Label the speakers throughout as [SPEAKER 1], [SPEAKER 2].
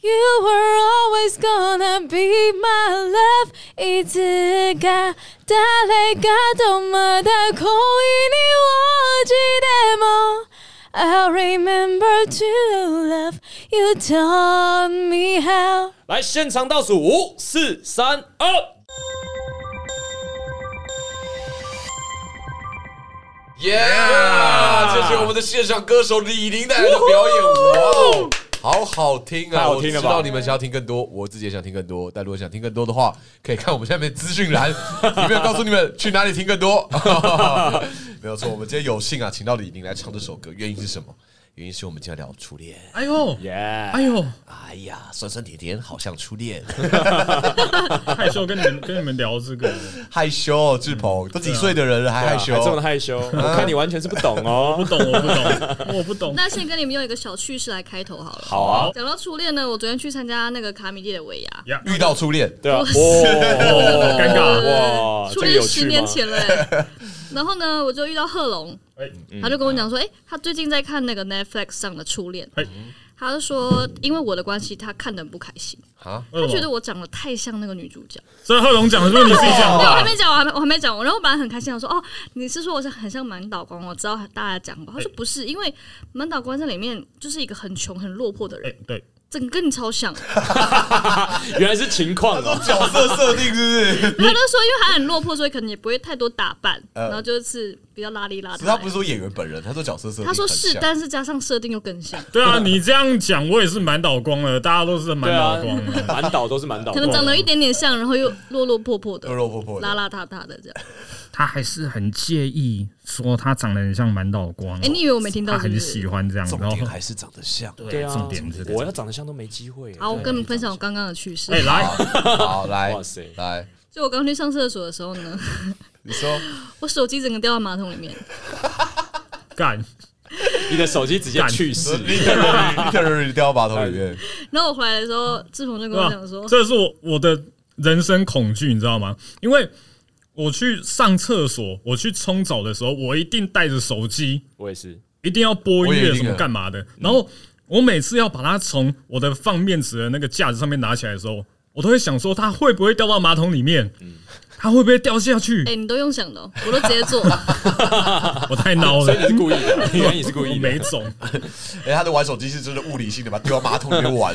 [SPEAKER 1] You were always gonna be my love，一直が誰かとまだ恋に落ちても。I'll remember to love you taught me how。
[SPEAKER 2] 来，现场倒数五、四、三、二。
[SPEAKER 3] 耶！这是我们的线上歌手李玲带来的表演，哇哦！好好听
[SPEAKER 2] 太
[SPEAKER 3] 啊！
[SPEAKER 2] 好
[SPEAKER 3] 我
[SPEAKER 2] 听
[SPEAKER 3] 知
[SPEAKER 2] 了吧
[SPEAKER 3] 道你们想要听更多，我自己也想听更多。但如果想听更多的话，可以看我们下面资讯栏，里面告诉你们去哪里听更多。 没有错，我们今天有幸啊，请到李宁来唱这首歌，原因是什么？原因是我们今天要聊初恋。
[SPEAKER 4] 哎呦，
[SPEAKER 2] 耶！
[SPEAKER 4] 哎呦，
[SPEAKER 3] 哎呀，酸酸甜甜，好像初 恋。
[SPEAKER 4] 害羞跟你们跟你们聊这个，
[SPEAKER 3] 害羞，志鹏都几岁的人了还害羞
[SPEAKER 2] 啊还这么的害羞，
[SPEAKER 4] 嗯
[SPEAKER 2] 我看你完全是不懂哦
[SPEAKER 4] 不。 懂我不懂，我不懂。
[SPEAKER 5] 那先跟你们用一个小趣事来开头好了。
[SPEAKER 2] 好啊，
[SPEAKER 5] 讲到初恋呢，我昨天去参加那个卡米蒂的尾牙，
[SPEAKER 4] 呀，
[SPEAKER 3] 遇到初恋，
[SPEAKER 2] 对啊，哇，
[SPEAKER 4] 尴
[SPEAKER 2] 尬哇，
[SPEAKER 5] 呃
[SPEAKER 2] 这
[SPEAKER 5] 初
[SPEAKER 2] 个
[SPEAKER 5] 恋
[SPEAKER 2] 有
[SPEAKER 5] 十
[SPEAKER 2] 趣
[SPEAKER 5] 年
[SPEAKER 2] 吗？
[SPEAKER 5] 前 了、欸。然后呢，我就遇到贺龙，
[SPEAKER 4] 哎
[SPEAKER 3] 嗯
[SPEAKER 2] 嗯
[SPEAKER 5] 他就跟我讲说，哎、他最近在看那个 Netflix 上的《初恋》
[SPEAKER 4] 哎，
[SPEAKER 5] 他就说，因为我的关系，他看得很不开心，
[SPEAKER 4] 他
[SPEAKER 5] 他觉得我长得太像那个女主角。
[SPEAKER 4] 所以贺龙讲的是不是你自己
[SPEAKER 2] 哦
[SPEAKER 4] 讲 的
[SPEAKER 5] 没有，我
[SPEAKER 4] 吧
[SPEAKER 5] 还？没讲，我还没我还没讲完。然后我本来很开心，我说哦，你是说我是很像满岛光？我知道大家讲过，
[SPEAKER 2] 哎
[SPEAKER 5] 他说不是，因为满岛光在里面就是一个很穷很落魄的
[SPEAKER 4] 哎
[SPEAKER 5] 人，，
[SPEAKER 4] 对，
[SPEAKER 5] 整个跟你超像。
[SPEAKER 2] 原来是情况哦。
[SPEAKER 3] 角色设定是不是？
[SPEAKER 5] 他就说，因为他很落魄，所以可能也不会太多打扮，然后就是比较邋里邋遢。
[SPEAKER 3] 呃可是他不是说演员本人，他说角色设定
[SPEAKER 5] 他
[SPEAKER 3] 很像。哦
[SPEAKER 5] 说是，但是加上设定又更像，
[SPEAKER 4] 对啊，你这样讲，我也是满岛光了，大家都是满
[SPEAKER 2] 对啊
[SPEAKER 4] 岛光了。，
[SPEAKER 2] 满岛都是满岛
[SPEAKER 5] 可
[SPEAKER 2] 光，
[SPEAKER 5] 能长得一点点像，然后又落落魄魄的
[SPEAKER 3] 肉、肉破破
[SPEAKER 5] 邋
[SPEAKER 3] 的。
[SPEAKER 5] 邋遢遢的这样。
[SPEAKER 4] 他还是很介意说他长得很像满岛光。
[SPEAKER 5] 哎、你以为我没听到
[SPEAKER 4] 他
[SPEAKER 5] 是
[SPEAKER 4] 很
[SPEAKER 5] 不
[SPEAKER 4] 喜
[SPEAKER 5] 是？
[SPEAKER 4] 欢这样，
[SPEAKER 3] 重
[SPEAKER 4] 然
[SPEAKER 3] 点
[SPEAKER 4] 后
[SPEAKER 3] 还是长得像。
[SPEAKER 2] 对啊，
[SPEAKER 4] 重点是这个
[SPEAKER 2] 我要长得像都没机会。
[SPEAKER 5] 好，我跟你们分享我刚刚的趣事。
[SPEAKER 4] 哎来，
[SPEAKER 3] 好，来，
[SPEAKER 2] 哇塞
[SPEAKER 3] 来，
[SPEAKER 5] 就我刚去上厕所的时候呢，
[SPEAKER 3] 你说
[SPEAKER 5] 我手机整个掉到马桶里面。
[SPEAKER 4] 干，
[SPEAKER 2] 你的手机直接去世，
[SPEAKER 3] literally 掉到马桶里面，
[SPEAKER 5] 然后我回来的时候，志鹏就跟
[SPEAKER 4] 对
[SPEAKER 5] 我
[SPEAKER 4] 吧
[SPEAKER 5] 讲说？，
[SPEAKER 4] 这是我我的人生恐惧，你知道吗？因为我去上厕所，我去冲澡的时候，我一定带着手机，
[SPEAKER 2] 我也是。
[SPEAKER 4] 一定要播音
[SPEAKER 3] 我也一
[SPEAKER 4] 乐
[SPEAKER 3] 定
[SPEAKER 4] 什么
[SPEAKER 3] 的
[SPEAKER 4] 干嘛的。然后我每次要把它从我的放面纸的那个架子上面拿起来的时候，我都会想说它会不会掉到马桶里面？它会不会掉下去
[SPEAKER 5] 哎、？你都用想的哦、我都直接做。
[SPEAKER 4] 我太孬
[SPEAKER 2] 所以你
[SPEAKER 4] 了，
[SPEAKER 2] 是 故意的，原来你是故
[SPEAKER 4] 我
[SPEAKER 2] 意的。
[SPEAKER 4] 没种。
[SPEAKER 3] 哎，他的玩手机是真的物理性的，把它丢到马桶里面 玩。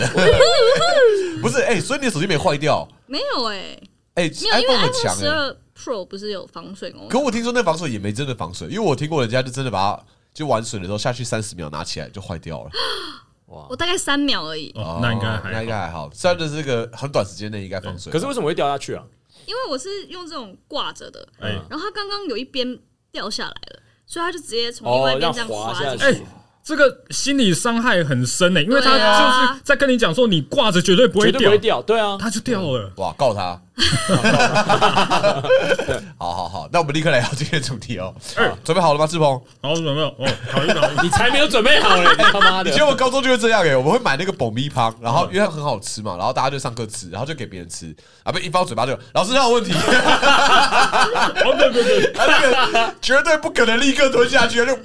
[SPEAKER 3] 不是，哎，所以你的手机没坏掉，
[SPEAKER 5] 没有哎、
[SPEAKER 3] 哎
[SPEAKER 5] 没有，因为
[SPEAKER 3] ，iPhone 很
[SPEAKER 5] iPhone
[SPEAKER 3] 强
[SPEAKER 5] 十
[SPEAKER 3] 哎。
[SPEAKER 5] 二 Pro 不是有防水功
[SPEAKER 3] 可
[SPEAKER 5] 能？
[SPEAKER 3] 我听说那防水也没真的防水，因为我听过人家就真的把它就玩水的时候下去三十秒拿起来就坏掉了。
[SPEAKER 5] 我大概三秒而已，
[SPEAKER 4] 哦，那应该
[SPEAKER 3] 哦那
[SPEAKER 4] 还
[SPEAKER 3] 应
[SPEAKER 4] 好。
[SPEAKER 3] 该还好，虽然这是个很短时间内应该防水，
[SPEAKER 2] 可是为什么会掉下去啊？
[SPEAKER 5] 因为我是用这种挂着的，
[SPEAKER 4] 哎
[SPEAKER 5] 然后它刚刚有一边掉下来了，所以它就直接从另外
[SPEAKER 2] 哦
[SPEAKER 5] 一，边
[SPEAKER 2] 让
[SPEAKER 5] 这样
[SPEAKER 2] 滑
[SPEAKER 5] 进
[SPEAKER 2] 下
[SPEAKER 5] 去。
[SPEAKER 4] 哎
[SPEAKER 2] 去。
[SPEAKER 4] 这个心理伤害很深呢、欸因为
[SPEAKER 5] 对啊
[SPEAKER 4] 他就是在跟你讲说你挂着绝对不
[SPEAKER 2] 绝
[SPEAKER 4] 会
[SPEAKER 2] 对不
[SPEAKER 4] 掉
[SPEAKER 2] 会，掉，对啊，
[SPEAKER 4] 它就掉了。
[SPEAKER 3] 哇，告他！ 好好好，那我们立刻来聊今天的主题哦。
[SPEAKER 4] 二
[SPEAKER 3] 准备好了吗，志鹏？
[SPEAKER 4] 好，准备哦，考一考一。
[SPEAKER 2] 你才没有准备好嘞， 你他妈的
[SPEAKER 3] 以！前我们高中就会这样欸耶，我们会买那个爆米
[SPEAKER 4] 嗯
[SPEAKER 3] 汤，然后因为它很好吃嘛，然后大家就上课吃，然后就给别人吃，啊，被一包嘴巴就老师他有问题，他
[SPEAKER 4] 哦，对对 对，
[SPEAKER 3] 那个绝对不可能立刻吞下去，就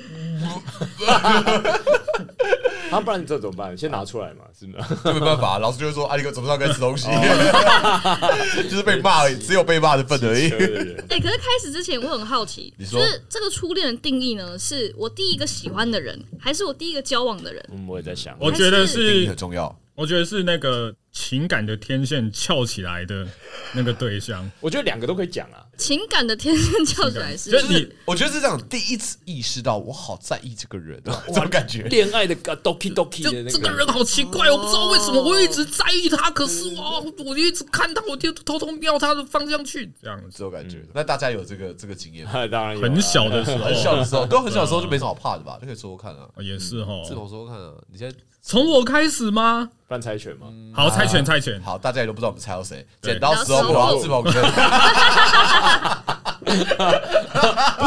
[SPEAKER 2] 啊，不然你这怎么办？先拿出来嘛，是不是？
[SPEAKER 3] 就没办法，老师就会说啊，你怎么上课吃东西？
[SPEAKER 4] 哦
[SPEAKER 3] 就是被骂而已，只有被骂的份而已。
[SPEAKER 2] 对对对，
[SPEAKER 5] 哎、可是开始之前我很好奇，
[SPEAKER 3] 你
[SPEAKER 5] 就
[SPEAKER 3] 说
[SPEAKER 5] 是这个初恋的定义呢？是我第一个喜欢的人，还是我第一个交往的人？
[SPEAKER 2] 嗯，我也在想，
[SPEAKER 4] 我觉得
[SPEAKER 3] 定义
[SPEAKER 4] 是
[SPEAKER 3] 很重要，
[SPEAKER 4] 我觉得是那个情感的天线翘起来的那个对象，
[SPEAKER 2] 我觉得两个都可以讲啊。
[SPEAKER 5] 情感的天线翘起来是
[SPEAKER 4] 就
[SPEAKER 3] 就是是
[SPEAKER 4] 你
[SPEAKER 3] 我觉得是这样，第一次意识到我好在意这个人哦，这种感觉。
[SPEAKER 2] 恋爱的啊 doki doki
[SPEAKER 4] 就
[SPEAKER 2] 的
[SPEAKER 4] 这
[SPEAKER 2] 那个，
[SPEAKER 4] 个人好奇怪，我不知道为什么我会一直在意他，可是哇，我一直看他，我就偷偷瞄他的方向去，这样子。
[SPEAKER 3] 这种感
[SPEAKER 6] 嗯
[SPEAKER 3] 觉，那大家有这个这个 经验吗？
[SPEAKER 2] 啊当然有啊
[SPEAKER 4] 很小的时候，
[SPEAKER 3] 很小的时候，都很小的时候就没什么好
[SPEAKER 6] 嗯
[SPEAKER 3] 怕的吧？就可以说说看啊，
[SPEAKER 4] 哦也是哈，
[SPEAKER 3] 志鹏说说看啊，你现在
[SPEAKER 4] 从我开始吗？
[SPEAKER 2] 犯猜拳嘛，
[SPEAKER 4] 好，猜拳猜拳，
[SPEAKER 3] 好，大家也都不知道我们猜到谁，
[SPEAKER 4] 对
[SPEAKER 3] 剪刀石头布，然后志鹏跟
[SPEAKER 2] 不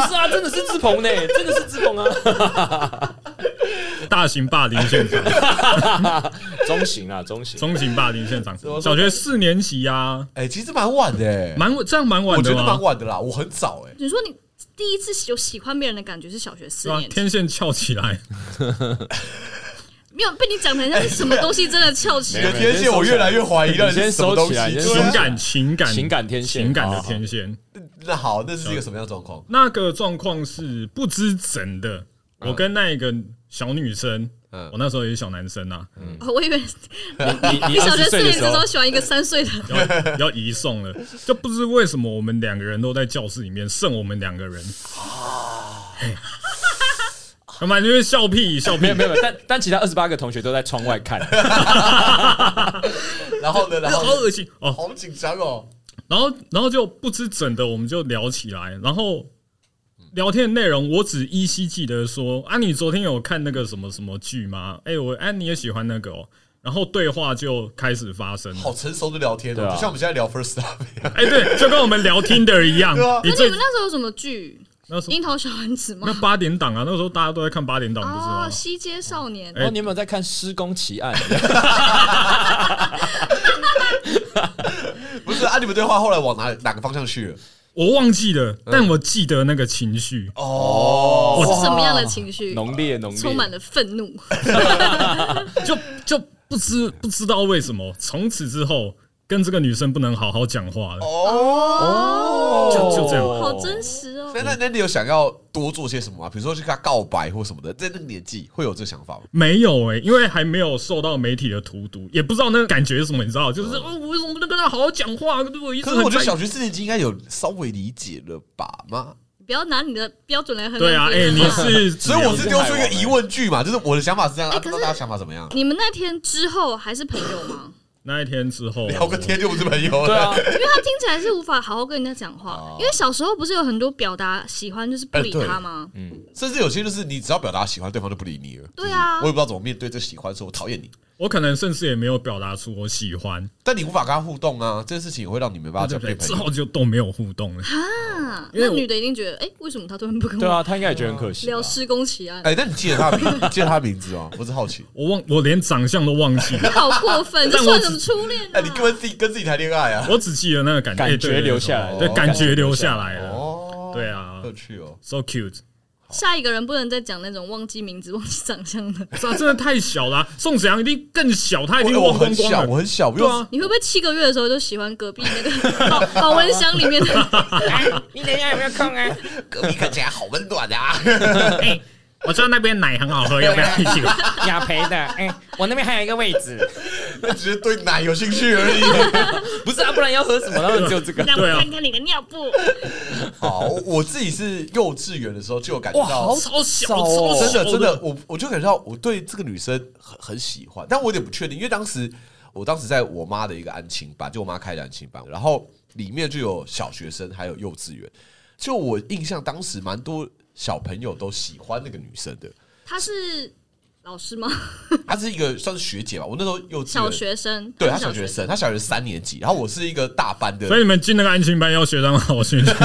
[SPEAKER 2] 是啊，真的是志鹏呢，真的是志鹏啊，
[SPEAKER 4] 大型霸凌现场，
[SPEAKER 2] 中型啊，中型，
[SPEAKER 4] 中型霸凌现场
[SPEAKER 3] 么，
[SPEAKER 4] 小学四年级啊，
[SPEAKER 3] 哎，其实蛮晚的欸，
[SPEAKER 4] 蛮这样蛮晚
[SPEAKER 3] 我觉
[SPEAKER 4] 的
[SPEAKER 3] 得
[SPEAKER 4] 吗
[SPEAKER 3] 蛮？晚的啦，我很早哎，
[SPEAKER 5] 你说你第一次有喜欢别人的感觉是小学四
[SPEAKER 4] 对吧啊
[SPEAKER 5] 年？级，
[SPEAKER 4] 天线翘起来，
[SPEAKER 5] 没有被你讲的像是什么东西真的翘起
[SPEAKER 3] 你
[SPEAKER 5] 来
[SPEAKER 3] 的。天线我越来越怀疑了，
[SPEAKER 6] 你先
[SPEAKER 3] 是什么东
[SPEAKER 6] 收
[SPEAKER 3] 西
[SPEAKER 6] 起来你先收起来
[SPEAKER 4] 情
[SPEAKER 3] 啊
[SPEAKER 4] 感、情感、
[SPEAKER 6] 情感天线
[SPEAKER 4] 情感
[SPEAKER 6] 好
[SPEAKER 4] 的
[SPEAKER 6] 好
[SPEAKER 4] 天线。啊
[SPEAKER 3] 那好，那是一个什么样的状况？
[SPEAKER 4] 那个状况是不知怎的，我跟那一个小女生，
[SPEAKER 3] 嗯
[SPEAKER 4] 我那时候也是小男生啊，
[SPEAKER 5] 哦我以为
[SPEAKER 6] 你
[SPEAKER 5] 你
[SPEAKER 6] 你二
[SPEAKER 5] 小学
[SPEAKER 6] 十
[SPEAKER 5] 四
[SPEAKER 6] 岁的
[SPEAKER 5] 年级
[SPEAKER 6] 时
[SPEAKER 5] 的时
[SPEAKER 6] 候
[SPEAKER 5] 候，喜欢一个三岁的，
[SPEAKER 4] 要要移送了，就不知为什么我们两个人都在教室里面，剩我们两个人。
[SPEAKER 3] 哦
[SPEAKER 4] 啊，干嘛？你就是笑屁笑 屁
[SPEAKER 6] 没有，没有，没有但但其他二十八个同学都在窗外看，
[SPEAKER 3] 然后呢？然
[SPEAKER 4] 好
[SPEAKER 3] 后呢
[SPEAKER 4] 恶心哦！
[SPEAKER 3] 好紧张哦。
[SPEAKER 4] 然后然后就不知怎的，我们就聊起来，然后聊天的内容我只依稀记得说啊，你昨天有看那个什么什么剧吗？哎、我哎、你也喜欢那个哦。然后对话就开始发生了，
[SPEAKER 3] 好成熟的聊天
[SPEAKER 6] 对
[SPEAKER 3] 哦，
[SPEAKER 6] 啊
[SPEAKER 3] 就像我们现在聊 first love 一样。
[SPEAKER 4] 哎、对，就跟我们聊 Tinder 一样
[SPEAKER 3] 对啊，
[SPEAKER 4] 你
[SPEAKER 5] 那你
[SPEAKER 4] 最
[SPEAKER 5] 们那时候有什么剧？
[SPEAKER 4] 那时候
[SPEAKER 5] 樱桃小丸子吗
[SPEAKER 4] 那？八点档啊，那时候大家都在看八点档，不是
[SPEAKER 5] 哦，
[SPEAKER 4] 吗？
[SPEAKER 5] 西街少年。
[SPEAKER 6] 哦然后你有没有在看《施工奇案》？
[SPEAKER 3] 不是啊？你们对话后来往哪哪个方向去了？
[SPEAKER 4] 我忘记了，
[SPEAKER 3] 嗯
[SPEAKER 4] 但我记得那个情绪，
[SPEAKER 3] 哦
[SPEAKER 6] 哦
[SPEAKER 5] 是什么样的情绪？
[SPEAKER 6] 浓烈浓烈，
[SPEAKER 5] 充满了愤怒。
[SPEAKER 4] 就就不知不知道为什么，从此之后跟这个女生不能好好讲话了。
[SPEAKER 5] 哦，
[SPEAKER 4] 就就这样
[SPEAKER 5] 好真实哦
[SPEAKER 3] 那。那那你有想要多做些什么吗？比如说去跟他告白或什么的，在那个年纪会有这想法吗？
[SPEAKER 4] 没有哎、因为还没有受到媒体的荼毒，也不知道那个感觉是什么，你知道？就是哦，我为什么不能跟他好好讲话？对我一直
[SPEAKER 3] 嗯可是我
[SPEAKER 4] 很
[SPEAKER 3] 觉得
[SPEAKER 4] 在
[SPEAKER 3] 小学四年级应该有稍微理解了吧吗？
[SPEAKER 5] 不要拿你的标准来衡量
[SPEAKER 4] 对啊，哎、
[SPEAKER 5] 别 人
[SPEAKER 4] 你
[SPEAKER 5] 嘛
[SPEAKER 4] 是，
[SPEAKER 3] 所以我是丢出一个疑问句嘛，就是我的想法是这样，啊
[SPEAKER 5] 哎
[SPEAKER 3] 不
[SPEAKER 5] 可
[SPEAKER 3] 知
[SPEAKER 5] 是
[SPEAKER 3] 道大家想法怎么样？
[SPEAKER 5] 你们那天之后还是朋友吗？
[SPEAKER 4] 那一天之后
[SPEAKER 3] 聊个天就不是朋友
[SPEAKER 6] 对啊
[SPEAKER 3] 了，，
[SPEAKER 5] 因为他听起来是无法好好跟人家讲话，因为小时候不是有很多表达喜欢就是不理他吗？
[SPEAKER 3] 甚至有些就是你只要表达喜欢，对方就不理你了。
[SPEAKER 5] 对啊
[SPEAKER 3] 我也不知道怎么面对这喜欢，说我讨厌你，
[SPEAKER 4] 我可能甚至也没有表达出我喜欢，
[SPEAKER 3] 但你无法跟他互动啊，这件事情也会让你没办法
[SPEAKER 4] 对
[SPEAKER 3] 讲
[SPEAKER 4] 不对？
[SPEAKER 3] 变朋
[SPEAKER 4] 之
[SPEAKER 3] 友。
[SPEAKER 4] 后就都没有互动了。
[SPEAKER 5] 啊，
[SPEAKER 4] 因为
[SPEAKER 5] 那
[SPEAKER 4] 我
[SPEAKER 5] 女的一定觉得，哎，为什么他突然不跟
[SPEAKER 6] 对
[SPEAKER 5] 我
[SPEAKER 6] 啊，他应该也觉得很可惜吧。
[SPEAKER 5] 聊施工啊奇案？
[SPEAKER 3] 哎，那你记得他的名，你记得他的名字吗？哦我是好奇。
[SPEAKER 4] 我忘，我连长相都忘记了。
[SPEAKER 5] 好过分，这
[SPEAKER 4] 但我
[SPEAKER 5] 算
[SPEAKER 4] 只
[SPEAKER 5] 什么初恋
[SPEAKER 3] 哎，
[SPEAKER 5] 啊
[SPEAKER 3] 你？根本自己跟自己谈恋爱啊！
[SPEAKER 4] 我只记得那个感
[SPEAKER 6] 感
[SPEAKER 4] 哎
[SPEAKER 6] 觉
[SPEAKER 4] 对对对
[SPEAKER 6] 留下来
[SPEAKER 4] 对，
[SPEAKER 3] 哦
[SPEAKER 4] 感觉留下来了，
[SPEAKER 3] 哦，
[SPEAKER 4] 对啊
[SPEAKER 3] 有趣哦。
[SPEAKER 4] ，so cute，
[SPEAKER 5] 下一个人不能再讲那种忘记名字、忘记长相的。
[SPEAKER 4] 这真的太小了啊、宋子阳一定更小，他一定
[SPEAKER 3] 我我
[SPEAKER 4] 忘
[SPEAKER 3] 很
[SPEAKER 4] 光光
[SPEAKER 3] 小，
[SPEAKER 4] 了。
[SPEAKER 3] 我很小，我
[SPEAKER 4] 对
[SPEAKER 3] 又
[SPEAKER 4] 啊，
[SPEAKER 5] 你会不会七个月的时候就喜欢隔壁那个保保温箱里面的？
[SPEAKER 3] 隔壁看起来好温暖啊！
[SPEAKER 4] 我知道那边奶很好喝，要不要一起喝？
[SPEAKER 7] 雅培的，哎、我那边还有一个位置，
[SPEAKER 3] 那 只是对奶有兴趣而已。
[SPEAKER 6] 不是啊，不然要喝什么？他们只有这 个。
[SPEAKER 5] 让我
[SPEAKER 4] 对啊
[SPEAKER 5] 看看你的尿布。
[SPEAKER 3] 好，我自己是幼稚园的时候就有感觉
[SPEAKER 6] 哇，
[SPEAKER 3] 到
[SPEAKER 6] 好，
[SPEAKER 4] 超小，
[SPEAKER 6] 少哦
[SPEAKER 4] 超
[SPEAKER 3] 真
[SPEAKER 4] 小
[SPEAKER 3] 的真的，我我就感觉到我对这个女生很很喜欢，但我有点不确定，因为当时我当时在我妈的一个安亲班，就我妈开的安亲班，然后里面就有小学生还有幼稚园，就我印象当时蛮多小朋友都喜欢那个女生 的，
[SPEAKER 5] 他是老师吗？
[SPEAKER 3] 她是一个算是学姐吧，我那时候幼稚
[SPEAKER 5] 小
[SPEAKER 3] 园。
[SPEAKER 5] 学生，
[SPEAKER 3] 对
[SPEAKER 5] 他
[SPEAKER 3] 她
[SPEAKER 5] 是
[SPEAKER 3] 小学生，她小学三年级，然后我是一个大班的，
[SPEAKER 4] 所以你们进那个安亲班要学长好学长，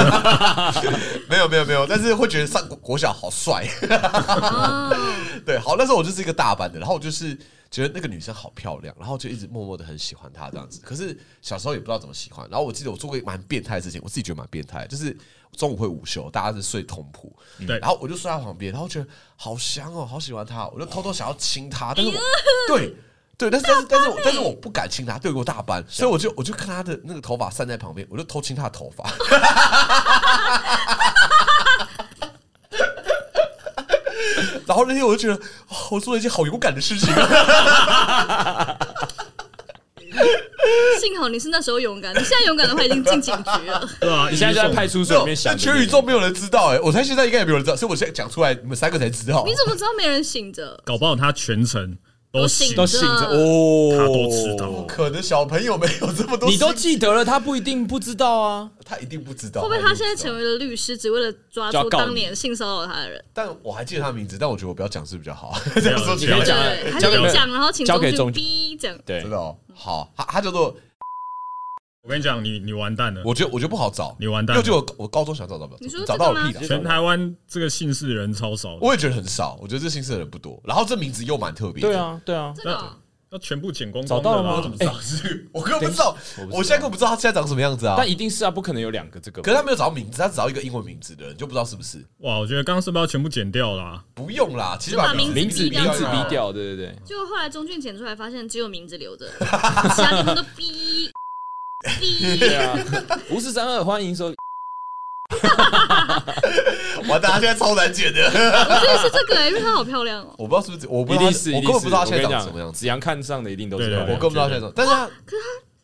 [SPEAKER 3] 没有没有没有，但是会觉得上国国小好帅，
[SPEAKER 5] 哦，
[SPEAKER 3] 对，好，那时候我就是一个大班的，然后我就是觉得那个女生好漂亮，然后就一直默默的很喜欢她这样子。可是小时候也不知道怎么喜欢，然后我记得我做过一个蛮变态的事情，我自己觉得蛮变态的，就是中午会午休，大家是睡同铺，
[SPEAKER 4] 对
[SPEAKER 3] 然后我就睡在旁边，然后觉得好香哦，好喜欢她哦，我就偷偷想要亲她，但是我对。对，但是但是但是我但是我不敢亲她，对我大班，所以我就我就看她的那个头发散在旁边，我就偷亲她的头发， 然后那天我就觉得，哦、我做了一件好勇敢的事情啊，
[SPEAKER 5] 幸好你是那时候勇敢，你现在勇敢的话已经进警局了。
[SPEAKER 4] 对吧、
[SPEAKER 6] 你现在就在派出所里面
[SPEAKER 3] 那
[SPEAKER 6] 想着
[SPEAKER 3] 全宇宙没有人知道哎、我猜现在应该也没有人知道，所以我现在讲出来，你们三个才知道。
[SPEAKER 5] 你怎么知道没人醒着？
[SPEAKER 4] 搞不好他全程都醒
[SPEAKER 5] 都
[SPEAKER 6] 都
[SPEAKER 5] 醒
[SPEAKER 6] 醒着哦，
[SPEAKER 4] 他都知道
[SPEAKER 3] 可能小朋友没有这么多，
[SPEAKER 6] 你都，记得了，他不一定不知道啊。
[SPEAKER 3] 他一定不知道。
[SPEAKER 5] 会不会他现在成为了律师，只为了抓
[SPEAKER 6] 就要
[SPEAKER 5] 住
[SPEAKER 6] 告你
[SPEAKER 5] 当年性骚扰他的人？
[SPEAKER 3] 但我还记得他名字，但我觉得我不要讲是比较好。这样说起
[SPEAKER 6] 你可
[SPEAKER 3] 来
[SPEAKER 6] 以
[SPEAKER 5] 对，
[SPEAKER 6] 讲啊
[SPEAKER 5] 还
[SPEAKER 6] 交
[SPEAKER 5] 是
[SPEAKER 6] 给
[SPEAKER 5] 你讲，然后请
[SPEAKER 6] 交给中
[SPEAKER 5] 中逼这样。
[SPEAKER 6] 对
[SPEAKER 3] 真，的哦，好，他他叫做，
[SPEAKER 4] 我跟你讲，你你完蛋了，
[SPEAKER 3] 我觉得我觉得不好找，
[SPEAKER 4] 你完蛋
[SPEAKER 3] 因为我就我我高中想找找不
[SPEAKER 5] 你说
[SPEAKER 3] 到，找到
[SPEAKER 5] 这
[SPEAKER 3] 了
[SPEAKER 5] 个吗
[SPEAKER 3] 屁的。
[SPEAKER 4] 全台湾这个姓氏人超少的，
[SPEAKER 3] 我也觉得很少，我觉得这姓氏的人不多，然后这名字又蛮特别。
[SPEAKER 6] 对，啊，对啊，
[SPEAKER 5] 这个哦
[SPEAKER 4] 要全部剪光
[SPEAKER 6] 找
[SPEAKER 4] 光
[SPEAKER 6] 到
[SPEAKER 4] 的
[SPEAKER 6] 了
[SPEAKER 4] 啦
[SPEAKER 6] 吗？
[SPEAKER 3] 怎么知道？是我根本不知道，我现在根本不知道他现在长什么样子啊。
[SPEAKER 6] 但一定是啊，不可能有两个这个
[SPEAKER 3] 可
[SPEAKER 6] 吧。
[SPEAKER 3] 是他没有找到名字，他只找一个英文名字的人，就不知道是不是。
[SPEAKER 4] 哇，我觉得刚刚是不是要全部剪掉啦？
[SPEAKER 3] 不用啦，其实
[SPEAKER 5] 就把
[SPEAKER 3] 名
[SPEAKER 5] 名
[SPEAKER 6] 名字
[SPEAKER 5] 逼掉啊
[SPEAKER 6] 名字
[SPEAKER 5] 就好
[SPEAKER 6] 逼
[SPEAKER 5] 了
[SPEAKER 6] 掉，对对对，
[SPEAKER 5] 就后来中俊剪出来，发现只有名字留着，其他地方都逼逼。
[SPEAKER 6] 对啊，五四三二欢迎收。
[SPEAKER 3] 哇，大家现在超难剪的。
[SPEAKER 5] 我觉得是这个、欸，因为她好漂亮哦、
[SPEAKER 3] 我不知道是不是，我不
[SPEAKER 6] 一
[SPEAKER 3] 知道
[SPEAKER 6] 定
[SPEAKER 3] 他
[SPEAKER 6] 是，
[SPEAKER 3] 我
[SPEAKER 6] 一定
[SPEAKER 3] 根本
[SPEAKER 6] 是。
[SPEAKER 3] 不知道他现在
[SPEAKER 6] 我跟
[SPEAKER 3] 长
[SPEAKER 6] 你
[SPEAKER 3] 什么
[SPEAKER 6] 讲啊
[SPEAKER 3] 样子，
[SPEAKER 6] 子阳看上的一定都是
[SPEAKER 4] 对对
[SPEAKER 6] 漂
[SPEAKER 3] 我
[SPEAKER 6] 亮
[SPEAKER 3] 根本不知道他现在长，但是他